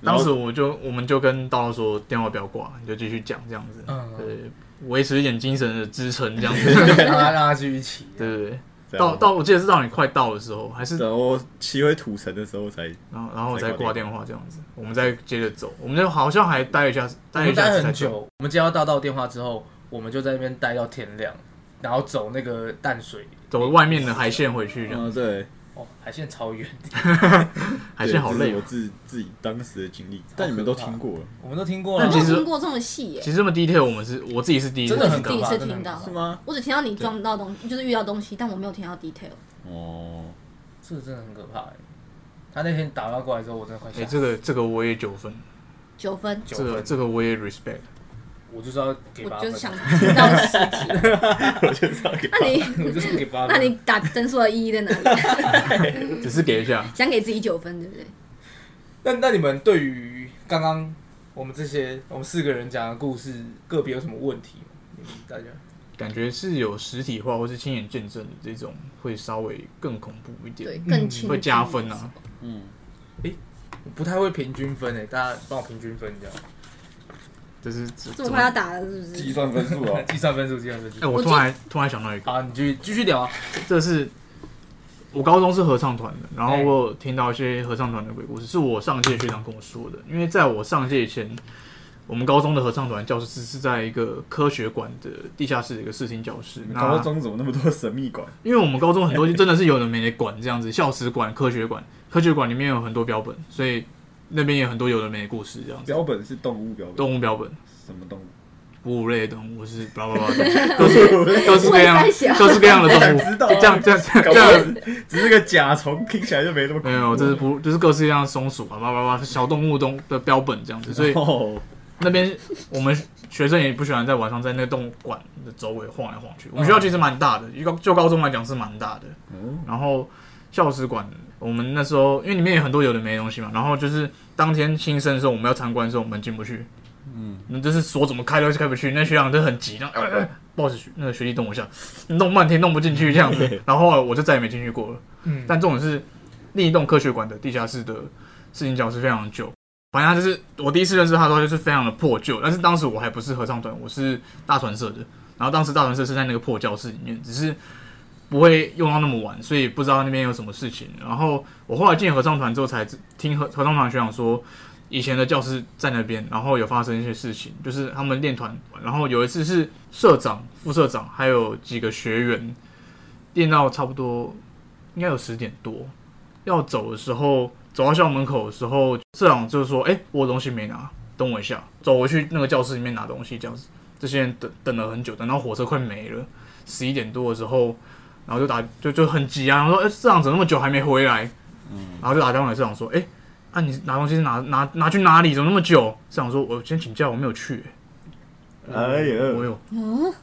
C: 然
A: 当
C: 后
A: 时我就我们就跟道道说电话不要挂，你就继续讲这样子，
B: 嗯
A: 对，维持一点精神的支撑这样子，
B: 让他让他继续骑。
A: 对对对。
C: 对啊啊
A: 到到我记得是到你快到的时候，还是
C: 然后骑回土城的时候才
A: 然后然后
C: 再
A: 再
C: 挂
A: 挂电话这样子，我们再接着走，我们就好像还待了一下，
B: 我
A: 待了
B: 们
A: 一下
B: 待
A: 子才
B: 很
A: 走，
B: 久，我们接到大道电话之后，我们就在那边待到天亮，然后走那个淡水，
A: 走外面的海线回去这 样，
C: 嗯对，
B: 哦，海线超远，
A: 海线好
C: 对这
A: 累
C: 是我。
A: 哦
C: 自自己当时的经历，但你们都听过了
B: 我们都听过
D: 我
B: 了
A: 但
D: 没
A: 其
D: 有
A: 实
D: 听过这么细耶、
A: 其实这么 detail，我们是我自己是第一次
B: 真的
A: 听
B: 很
A: 到
B: 可
D: 第一
B: 怕
D: 次
B: 真的
D: 听
B: 很
D: 到
B: 可
C: 是吗？
D: 我只听到你撞到东，就是遇到东西，但我没有听到 detail。
C: 哦，
B: 这个真的很可怕欸。他那天打电话过来之后，我真的快
A: 哎、
B: 吓
A: 这
B: 死。
A: 个这个我也九分，
D: 九分，
B: 九
A: 这个
B: 分，
A: 这个我也 respect。
B: 我就是要给
D: 我
B: 八
D: 就
B: 分
D: 是，想听到实体。
C: 我就是要给
D: 那你
B: 我就是给八分。
D: 那你打分数的意义在哪里？
A: 只是给一下，
D: 想给自己九分，对不对？
B: 那那你们对于刚刚我们这些我们四个人讲的故事，个别有什么问题吗？你们大家
A: 感觉是有实体化或是亲眼见证的这种，会稍微更恐怖一
D: 对
A: 点，，
D: 更轻
A: 会加分啊。
C: 嗯，
B: 我不太会平均分诶，大家帮我平均分这样，
A: 就是
D: 这
A: 怎
D: 么
A: 么？
D: 快要
A: 哎、
D: 打了，是不是？
C: 算分数啊
B: 计算分数，计算分数。
A: 我突然突然想到一个，
B: 好，你继续继续聊啊。
A: 这是我高中是合唱团的，然后我有听到一些合唱团的鬼故事，是我上届学长跟我说的。因为在我上届以前，我们高中的合唱团教室是在一个科学馆的地下室的一个视听教室。
C: 你们
A: 那
C: 高中怎么那么多神秘馆？
A: 因为我们高中很多就真的是有人没得管这样子，校史馆、科学馆，科学馆里面有很多标本，所以那边也有很多有人没的故事这样子。
C: 标本是动物标本，
A: 动物标本，
C: 什么动物？
A: 哺乳类的动物是巴拉巴拉，各式各式各样
D: 我也在想
A: 各式各样的动物，
C: 知道啊
A: 这样这样这 样
C: 搞不
A: 这
C: 好
A: 样，
C: 只只是个甲虫，听起来就没那么恐
A: 没
C: 怖
A: 有，这是哺乳就是各式各样的松鼠啊，巴拉巴拉小动物中的标本这样子，所以
C: 哦
A: 那边我们学生也不喜欢在晚上在那个动物馆的周围晃来晃去。我们学校其实蛮大的，一个就高中来讲是蛮大的。
C: 嗯
A: 然后校史馆，我们那时候因为里面有很多有的没的东西嘛，然后就是当天新生的时候，我们要参观的时候，我们进不去。
C: 嗯，
A: 那就是锁怎么开都开不去，那学长就很急，然后、呃呃、不好意思，那个学弟动我一下，弄半天弄不进去这样子。然后后来我就再也没进去过了。
B: 嗯，
A: 但重点是另一栋科学馆的地下室的事情教室非常旧，反正他就是我第一次认识他的时候就是非常的破旧，但是当时我还不是合唱团，我是大传社的，然后当时大传社是在那个破教室里面，只是不会用到那么晚，所以不知道那边有什么事情。然后我后来进合唱团之后才知听合合唱团学长说。以前的教室在那边，然后有发生一些事情，就是他们练团，然后有一次是社长、副社长还有几个学员练到差不多应该有十点多，要走的时候，走到校门口的时候，社长就说：“哎、我的东西没拿，等我一下。”走回去那个教室里面拿东西，这样子。这些人等等了很久，等到火车快没了，十一点多的时候，然后就打就就很急啊，然后说：“哎、社长怎么那么久还没回来？”然后就打电话给社长说：“哎、啊，你拿东西是拿拿拿去哪里？怎么那么久？”社长说：“我今天请假，我没有去、
C: 哎 呦，
A: 我有，
D: 哦，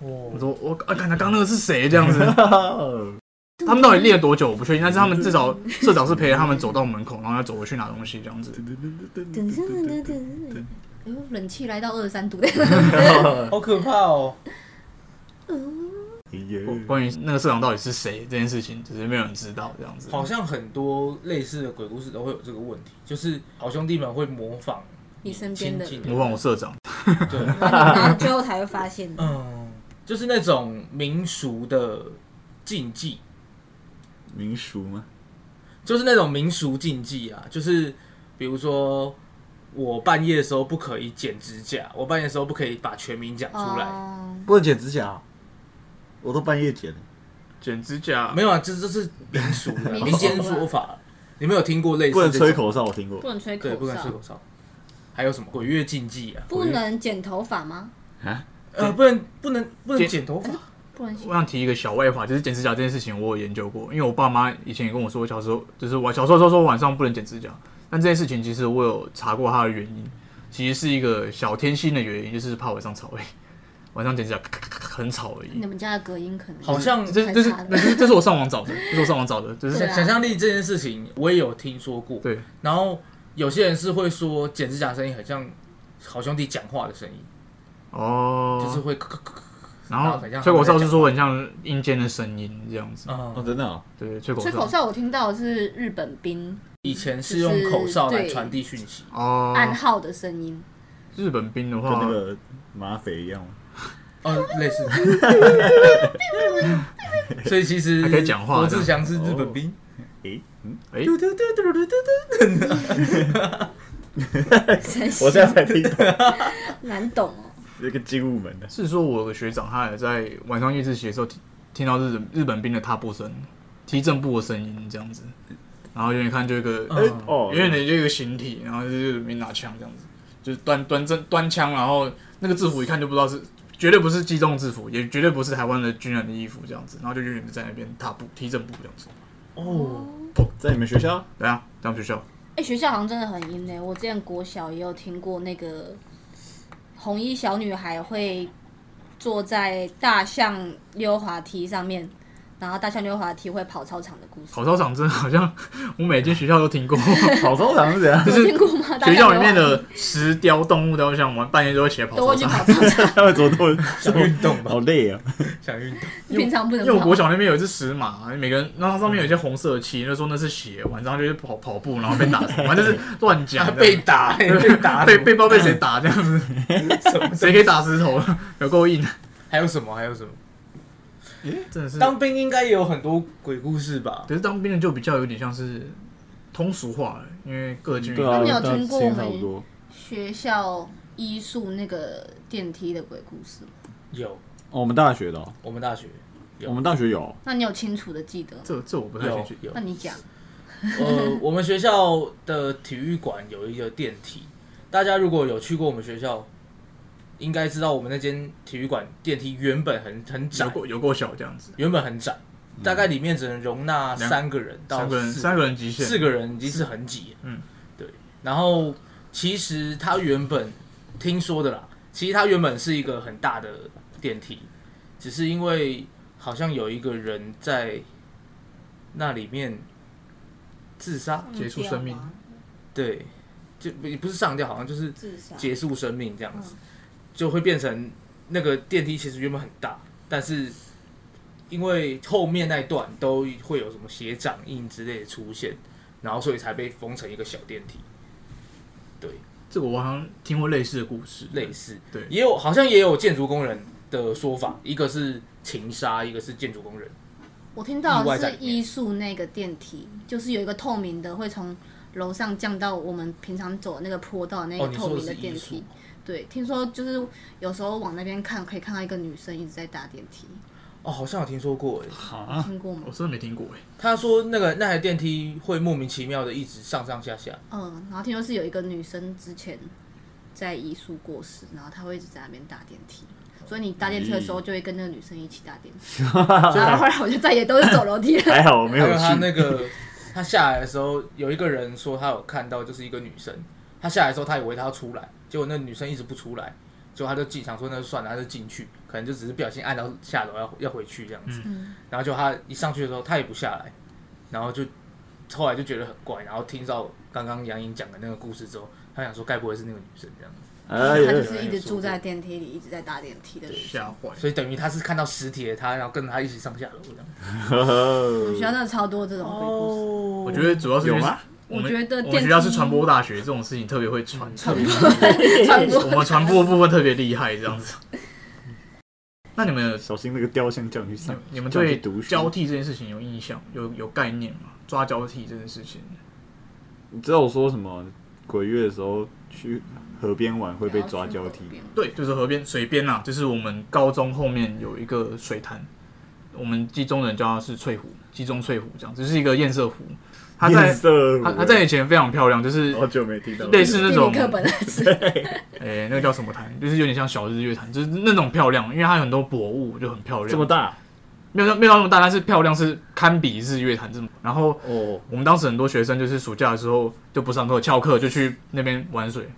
A: 我
B: 我
A: 说我啊，看他刚那个是谁这样
C: 哎
A: 子， 他们到底
D: 到
A: 练了多久我不确定，但是他们至少 社长是陪着他们走到门口，然后要走回去拿东西这样子。
D: 等下等下等下，哎呦，冷气来到二十三度。
B: 好可怕哦。
C: 哎呦
A: 关关于那个社长到底是谁这件事情，只是没有人知道这样子。
B: 好像很多类似的鬼故事都会有这个问题，就是好兄弟们会模仿
D: 你身边的
B: 亲近
A: 模仿我社长，
B: 对，
D: 然后最后才会发现，
B: 嗯，就是那种民俗的禁忌，
C: 民俗吗？
B: 就是那种民俗禁忌啊，就是比如说我半夜的时候不可以剪指甲，我半夜的时候不可以把全名讲 出来，
D: 哦
C: 不能剪指甲哦，我都半夜剪了。
A: 剪指甲
B: 没有啊，这这是民俗的
D: 民俗啊
B: 民间说法，你们有听过类似
C: 不能
B: 这种
C: 吹，口哨，我听过
D: 不。能吹
B: 对，
D: 口
B: 不能
D: 哨
B: 吹，口哨，还有什么鬼月禁忌啊？
D: 不能剪头发吗？
B: 呃，不能不能不能
A: 剪
B: 剪头发，
D: 不能
A: 我想提一个小外话，就是剪指甲这件事情，我有研究过，因为我爸妈以前也跟我说，小时候就是我小时候都说晚上不能剪指甲，但这件事情其实我有查过它的原因，其实是一个小天性的原因，就是怕晚上吵而已， 晚上剪指甲咔咔咔咔很吵而已。
D: 你们家的隔音可能
B: 好像
A: 这这是
D: 太差了
A: 这是这是我上网找的，这是我上网找的，就是
D: 对啊
B: 想想象力这件事情我也有听说过，
A: 对，
B: 然后有些人是会说剪指甲声音很像好兄弟讲话的声音，
A: 哦，
B: 就是会咳咳咳咳
A: 然
B: 然后
A: 后
B: 很像
A: 吹口哨是说很像阴间的声音这样子，
C: 哦，
B: 啊。
C: 真的哦，
A: 对，吹口
D: 吹口
A: 哨，
D: 哨我听到的是日本兵
B: 以前是用口哨来传递讯息，
A: 哦，
D: 暗号的声音，
A: 日本兵的
C: 跟
A: 话
C: 那，个马匪一样吗？
B: 哦，类似。所以其实
A: 还可以讲话
B: 罗志祥是日本兵，
C: 诶，嗯，
A: 哎，
D: 真是
C: 我现在才听懂，
D: 难懂哦。
C: 有一个精武门的，
A: 是说我有个学长，他也在晚上夜自习的时候听听到日本日本兵的踏步声、踢正步的声音这样子，然后远远看就一个，
B: 嗯
C: 哎哦，
A: 远远的就一个形体，然后就是没拿枪这样子，就是端端正端枪，然后那个制服一看就不知道是。绝对不是机动制服，也绝对不是台湾的军人的衣服这样子，然后就远远的在那边踏步、踢正步这样子。
B: 哦，
C: 在你们学校
A: 对啊，这样学校
D: 哎、学校好像真的很阴呢、我之前国小也有听过那个红衣小女孩会坐在大象溜滑梯上面，然后大象溜滑梯会跑操场的故事。
A: 跑操场真的好像 我每间学校都听过，
C: 跑操场是怎样？
A: 就是
D: 有听过吗？ 大
A: 学
D: 象
A: 校里
D: 溜滑
A: 面
D: 梯
A: 的石雕、动物雕像，我们半夜都会起来跑
D: 都
A: 操
D: 会去
A: 场。
D: 跑操场，
C: 他们怎么 都
B: 想哦运动吧，
C: 好累啊？
B: 想运动。
D: 平常不能
A: 因为我
D: 跑
A: 国。小那边有一只石马，每个人，然后上面有一些红色的漆，就说那是血，晚上就是跑跑步，然后被打， 反正就是乱讲
B: 啊
A: 的，
B: 被打，欸 被打，
A: 被被不知道被谁打这样子，
B: 什 么？
A: 谁可以打石头，有够硬，
B: 还有什么？还有什么？
A: 真的是。
B: 当兵应该也有很多鬼故事吧？
A: 可是当兵的就比较有点像是通俗化了，因为各军
C: 对啊，
D: 你有听过
C: 大家时间
D: 吗
C: 差不多
D: 学校医术那个电梯的鬼故事，
B: 有，
C: 哦，我们大学的哦，
B: 我们大学有
C: 我们大学有
D: 那你有清楚的记得吗？
A: 这这我不太清
B: 有
A: 楚。
B: 有
D: 那。你讲，
B: 呃，我们学校的体育馆有一个电梯，大家如果有去过我们学校，应该知道我们那间体育馆电梯原本很很
A: 有
B: 窄，
A: 够有够小这样子，
B: 原本很窄，大概里面只能容纳
A: 嗯两
B: 三个人到
A: 三个人
B: 四
A: 三个人极限，
B: 四个人已经是很挤了。
A: 嗯，
B: 对。然后其实它原本听说的啦，其实它原本是一个很大的电梯，只是因为好像有一个人在那里面自杀，
A: 结束生命
D: 忘掉吗
B: 对，就也不是上吊，好像就是
D: 自杀
B: 结束生命这样
D: 嗯
B: 子，就会变成那个电梯其实原本很大，但是因为后面那一段都会有什么血掌印之类的出现，然后所以才被封成一个小电梯，
A: 这个我好像听过类似的故事，
B: 类
D: 嗯
B: 似
A: 对
B: 也有好像也有建筑工人的说法，一个是情杀，一个是建筑工人，
D: 我听到
B: 意外
D: 的
B: 在
D: 是
B: 里面
D: 医术那个电梯，就是有一个透明的，会从楼上降到我们平常走的那个坡道的那个
B: 哦你
D: 哎透
B: 说的
D: 明
B: 是
D: 电
B: 艺术
D: 梯。对，听说就是有时候往那边看，可以看到一个女生一直在搭电梯，
B: 哦，好像有听说过诶，
A: 啊，
D: 听过吗
A: 我？真的没听过哎。
B: 他说那个那台电梯会莫名其妙的一直上上下下，
D: 嗯，然后听说是有一个女生之前在医术过世，然后她会一直在那边搭电梯。所以你搭电梯的时候，就会跟那个女生一起搭电 梯。然后后来我就再也都是走楼梯了。
C: 还好我没有
B: 还有他
C: 去，
B: 那个他下来的时候，有一个人说他有看到，就是一个女生，他下来的时候他以为他要出来，结果那女生一直不出来，结果他就进想说那就算了，他就进去，可能就只是不小心按到下楼要要回去这样子，
D: 嗯
B: 然后就他一上去的时候他也不下来，然后就后来就觉得很怪，然后听到刚刚杨颖讲的那个故事之后，他想说该不会是那个女生这样子，
C: 哎
D: 她就
C: 呀，
D: 是一直住在电梯里，一直在搭电梯的女生。
A: 吓坏。
B: 所以等于他是看到实体的他，然后跟着他一起上下楼这样。
C: 呵
D: 我们学校
C: 呵
D: 真的超多这种鬼故事。
A: 我觉得主要是因为
C: 有吗
A: 我们
D: 我觉得
A: 我
D: 电
A: 们
D: 梯嗯
A: 学校是传播大学，这种事情特别会传，特别
D: 传播
A: 我们 传播的部分特别厉害，这样子。那你们有
C: 小心那个雕像叫你去上，
A: 你们
C: 叫你
A: 对
C: 去读书
A: 交替这件事情有印象、有有概念吗？抓交替这件事情，
C: 你知道我说什么？鬼月的时候去河边玩会被抓交替，
A: 对，就是河边水边啊，就是我们高中后面有一个水潭，我们基中人叫它是翠湖，基中翠湖这样，这是一个堰塞湖，它
C: 面
A: 在
C: 色
A: 它它在以前非常漂亮，就是
C: 好久没听到
A: 类似那
D: 地
A: 种
D: 理课本的字，
A: 诶、那个叫什么潭？就是有点像小日月潭，就是那种漂亮，因为它有很多薄雾，就很漂亮。
C: 这么大
A: 没有到没有到那么大，但是漂亮是堪比日月潭这种。然后
C: 哦，
A: 我们当时很多学生就是暑假的时候就不上课，翘课就去那边玩
C: 啊
A: 水，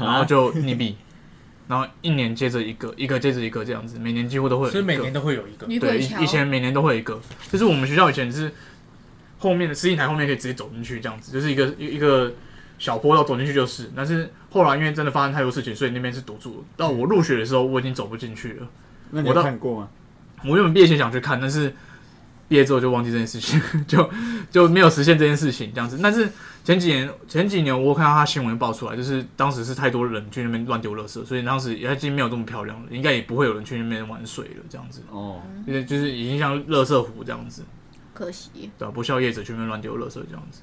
A: 然后就溺毙，然后一年接着一个，一个接着一个这样子，每年几乎都会有一
B: 所
A: 个。
B: 以每年都会有一个，
D: 女
A: 对
D: 鬼
A: 以
D: 桥。
A: 以前每年都会有一个，就是我们学校以前是后面的司令台后面可以直接走进去这样子，就是一个一一个小坡道走进去就是，但是后来因为真的发生太多事情，所以那边是堵住了。到我入学的时候，我已经走不进去了。
C: 那你
A: 我
C: 有
A: 到
C: 看过吗？
A: 我原本毕业前想去看，但是毕业之后就忘记这件事情， 就就没有实现这件事情这样子。但是前几年前几年我有看到他新闻爆出来，就是当时是太多人去那边乱丢垃圾，所以当时也已经没有这么漂亮了，应该也不会有人去那边玩水了这样子。
C: 哦，
A: 就是就是已经像垃圾湖这样子，
D: 嗯可惜
A: 对吧、不孝业者去那边乱丢垃圾这样子。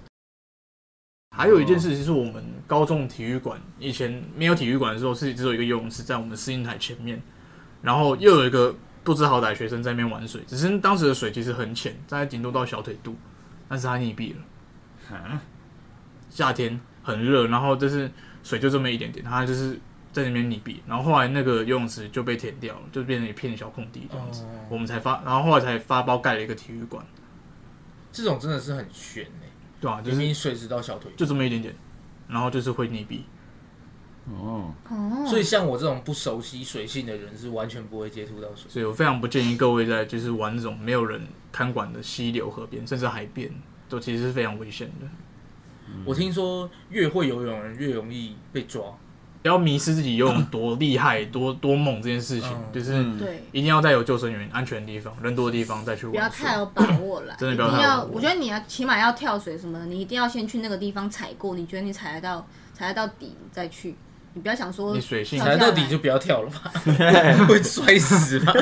A: 还有一件事情是我们高中体育馆以前没有体育馆的时候，是只有一个游泳池在我们试运台前面，然后又有一个不知好歹的学生在那边玩水，只是当时的水其实很浅，大概顶多到小腿肚，但是他溺毙了。
C: 啊，
A: 夏天很热，然后就是水就这么一点点，他就是在那边溺毙，然后后来那个游泳池就被填掉了，就变成一片小空地这样子。
B: 哦
A: 我们才发，然后后来才发包盖了一个体育馆，
B: 这种真的是很悬哎、
A: 对啊，
B: 欸，
A: 就
B: 明
A: 是
B: 明水直到小腿肚。
A: 就这么一点点，然后就是会溺毙。
C: 哦，
D: 哦，
B: 所以像我这种不熟悉水性的人，是完全不会接触到水。
A: 所以我非常不建议各位在就是玩那种没有人看管的溪流、河边，甚至海边，都其实是非常危险的。
D: 嗯
B: 我听说越会游泳的人越容易被抓，
A: 不要迷失自己游泳多厉害、多多猛这件事情，
B: 嗯
A: 就是
C: 嗯
D: 对，
A: 一定要在有救生员、安全的地方、人多的地方再去
D: 不要
A: 玩水。，
D: 太有把握了
A: 真的
D: 一
A: 不要
D: 定
A: 太有把
D: 要，
A: 握
D: 我觉得你要起码要跳水什么的，你一定要先去那个地方踩过，你觉得你踩得到，踩得到底你再去，你不要想说
A: 你水性
D: 跳下
B: 踩
D: 来
B: 到底就不要跳了吧， 会摔死吧。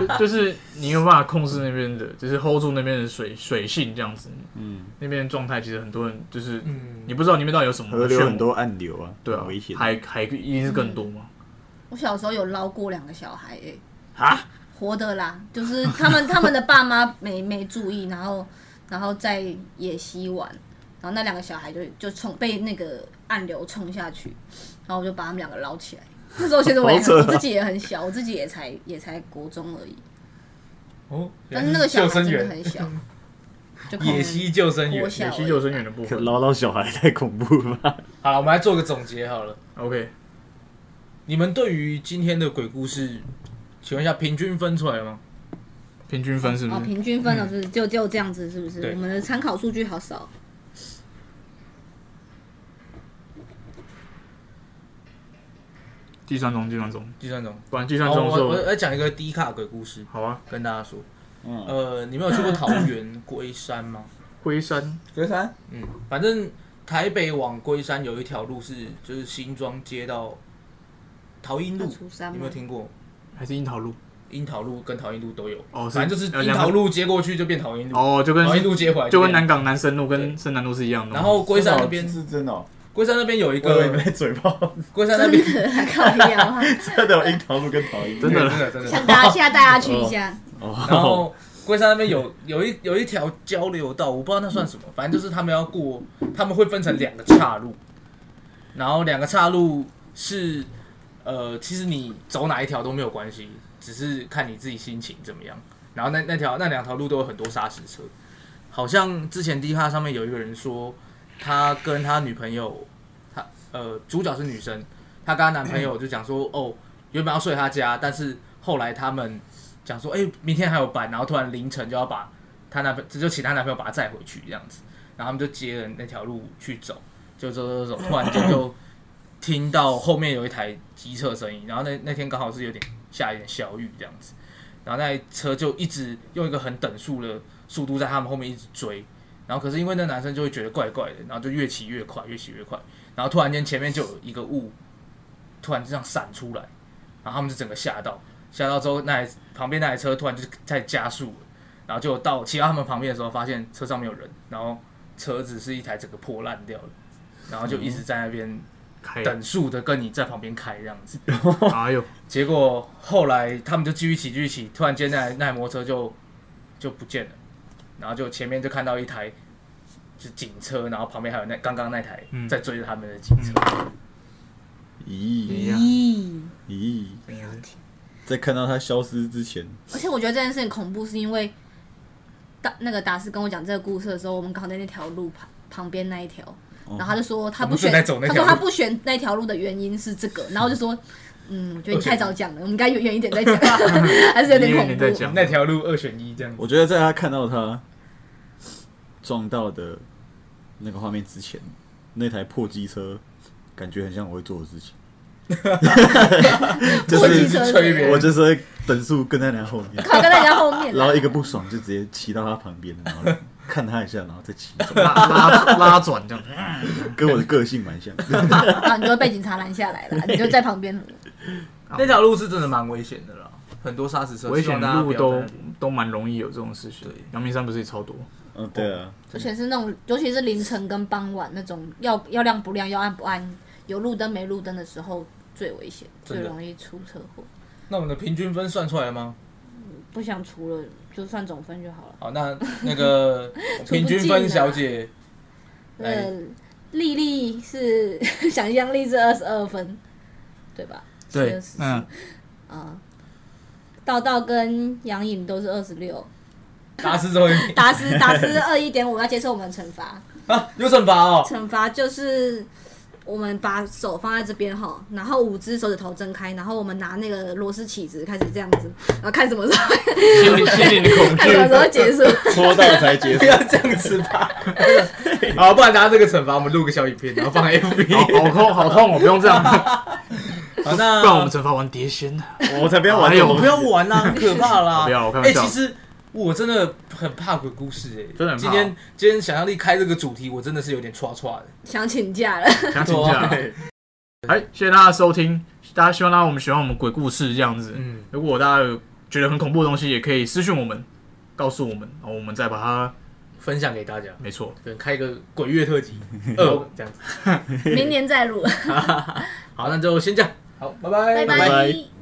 A: 就就是你有办法控制那边的，就是 hold 住那边的水水性这样子。
C: 嗯，
A: 那边的状态其实很多人就是、
B: 嗯，
A: 你不知道里面到底有什么
C: 河流
A: 漩
C: 很
A: 涡，
C: 多暗流啊，
A: 对啊
C: 很危，险
A: 海海一定是更多嘛。
B: 嗯
D: 我小时候有捞过两个小孩、欸，
C: 啊，
D: 活的啦，就是他们他们的爸妈没 没注意，然后然后在野溪玩，然后那两个小孩就就冲被那个暗流冲下去，然后我就把他们两个捞起来。那时候其实我也
C: 好扯
D: 很
C: 啊
D: 我自己也很小，我自己也才也才国中而已，
B: 哦，
D: 但是那个小
B: 救
D: 孩
B: 生
D: 真的
B: 员
D: 很，小，就可能
B: 野溪救生员
D: 国。小
A: 野溪救生员的部
C: 可
A: 分
C: 捞到小孩太恐怖了吧？
B: 好了，我们来做个总结好了。
A: ，OK，
B: 你们对于今天的鬼故事，请问一下，平均分出来了吗？
A: 平均分是不
D: 哦，
A: 是？
D: 平均分了是不是？就就这样子是不是？
B: 对
D: 我们的参考数据好少。
A: 计算中，计算中，
B: 计算中。
A: 不然计算
B: 好，
A: 中的时
B: 哦我
A: 候
B: 我呃来讲一个低卡鬼故事
A: 好啊。
B: 跟大家说。
C: 嗯，
B: 呃，你们有去过桃园 龟山吗？
A: 龟山
C: 隔山，
B: 嗯，反正台北往龟山有一条路是，就是新庄街到桃荫路
D: 要出山，吗
B: 你有没有听过？
A: 还是樱桃路？
B: 樱桃路跟桃荫路都有，
A: 哦，
B: 反正就是
A: 呃
B: 樱
A: 两个
B: 桃路接过去就变桃荫路，
A: 哦，就跟
B: 桃荫路接回来
A: 就跟
B: 变
A: 南港南深路
B: 对
A: 跟深南路是一样的吗。
B: 然后龟山那边
C: 真，的哦是真的哦，
B: 龟山那边有一
A: 呃
C: 我以
B: 个，
C: 为嘴炮，
B: 龟山那
D: 真
B: 边
D: 的还靠腰 啊！
C: 真的有樱桃路跟桃一
A: 真的
B: 真的真的。
D: 像大家现在大家去一下，
C: 哦，
B: 然后龟山那边有有一有一条交流道，我不知道那算什么，反正就是他们要过，他们会分成两个岔路，然后两个岔路是呃，其实你走哪一条都没有关系，只是看你自己心情怎么样。然后那那条那两条路都有很多砂石车，好像之前 D 卡上面有一个人说，他跟他女朋友，他呃主角是女生，她跟她男朋友就讲说，哦，原本要睡她家，但是后来他们讲说，哎、明天还有班，然后突然凌晨就要把她男朋友，就请她男朋友把她载回去这样子，然后他们就接了那条路去走，就走走走走，突然间就听到后面有一台机车声音，然后那那天刚好是有点下一点小雨这样子，然后那台车就一直用一个很等速的速度在他们后面一直追。然后可是因为那男生就会觉得怪怪的，然后就越骑越快，越骑越快，然后突然间前面就有一个雾，突然就这样闪出来，然后他们就整个吓到，吓到之后那台旁边那台车突然就在加速了，然后就到骑到他们旁边的时候，发现车上没有人，然后车子是一台整个破烂掉的，然后就一直在那
A: 嗯
B: 边
A: 开，
B: 等速的跟你在旁边开这样子，
A: 哎呦，
B: 结果后来他们就继续骑，继续骑，突然间那台那台摩托车就就不见了，然后就前面就看到一台就是警车，然后旁边还有那刚刚那台
A: 嗯
B: 在追着他们的警车，
C: 咦
A: 一样
D: 咦，
C: 咦，
D: 不要停。
C: 在看到它消失之前，
D: 而且我觉得这件事情恐怖，是因为达那个达斯跟我讲这个故事的时候，我们刚好在那条路旁旁边那一条，然后他就说他
B: 哦
D: 不
B: 我们正
D: 选，
B: 在走那
D: 他
B: 条
D: 说
B: 路
D: 他不选那条路的原因是这个，然后我就说，嗯，我觉得你太早讲了，我们该远远一点再讲，还是有点
A: 远
D: 恐
A: 远 再
D: 怖。
A: 讲
B: 那条路二选一这样子。
C: 我觉得在他看到他撞到的那个画面之前，那台破机车，感觉很像我会做的 事情。就
D: 破
C: 是
D: 机车是
B: 催
D: 怎
B: 眠
D: 样
C: 我就是会等速跟在他后面，
D: 靠跟在人家后面啊，
C: 然后一个不爽就直接骑到他旁边，然后看他一下，然后再骑走，
A: 拉拉拉转 这样。
C: 跟我的个性蛮像。
D: 啊，你就会被警察拦下来 了，你就在旁边了。
B: 那条路是真的蛮危险的啦，很多砂石车，
A: 危
B: 希望
A: 险
B: 大家
A: 路
B: 不要
A: 都
B: 在那里
A: 都蛮容易有这种事情
B: 对，
A: 阳明山不是也超多？
C: 嗯，对啊，
D: 而且是那种，尤其是凌晨跟傍晚那种要要亮不亮、要暗不暗、有路灯没路灯的时候最危险，
B: 真
D: 最
B: 的
D: 容易出车祸。
B: 那我们的平均分算出来了吗？
D: 不想除了就算总分就好了。
B: 好，那那 个
D: 出
B: 平
D: 不
B: 均
D: 进
B: 分
D: 啊
B: 小姐，哎
D: 呃，丽丽是 想象力是二十二分，对吧？
A: 对
D: 是，
A: 嗯，
D: 啊。道道跟杨颖都是二十六，
B: 达斯终于
D: 达斯达斯二一点五要接受我们的惩 罚，
B: 啊有惩罚哦，
D: 惩罚就是我们把手放在这边哈，然后五只手指头睁开，然后我们拿那个螺丝起子开始这样子，然后看什么时候
A: 心里心里的 恐
D: 看什么
A: 惧，
D: 时候结束。
C: 戳到才结
B: 不
C: 束。
B: 要这样子吧。 好，不然拿这个惩罚，我们录个小影片，然后 放 FB。
A: 好好痛好痛，我不用 这样，
B: 好，
A: 不然我
B: 那
A: 们惩罚玩碟仙呢。
D: 啊
C: 我才不要玩
A: 哎
C: 这
A: 呦
C: 种
B: 不要玩 啦，很可怕啦。
A: 不要我开
B: 哎，
A: 玩笑
B: 其实我真的很怕鬼故事哎，
A: 真的很怕
B: 今天今天想象力开这个主题，我真的是有点歘歘的。
D: 想请假了，
A: 想请 假。
B: 对
A: 哎，谢谢大家收听，大家希望大家我们喜欢我们鬼故事这样子。
B: 嗯，
A: 如果大家有觉得很恐怖的东西，也可以私讯我们，告诉我们，然后我们再把它
B: 分享给大家，
A: 没错。
B: 可能开一个鬼月特 辑二这样子。
D: 明年再录，
B: 好，那就先这样，好，拜拜，
D: 拜
C: 拜
D: 拜。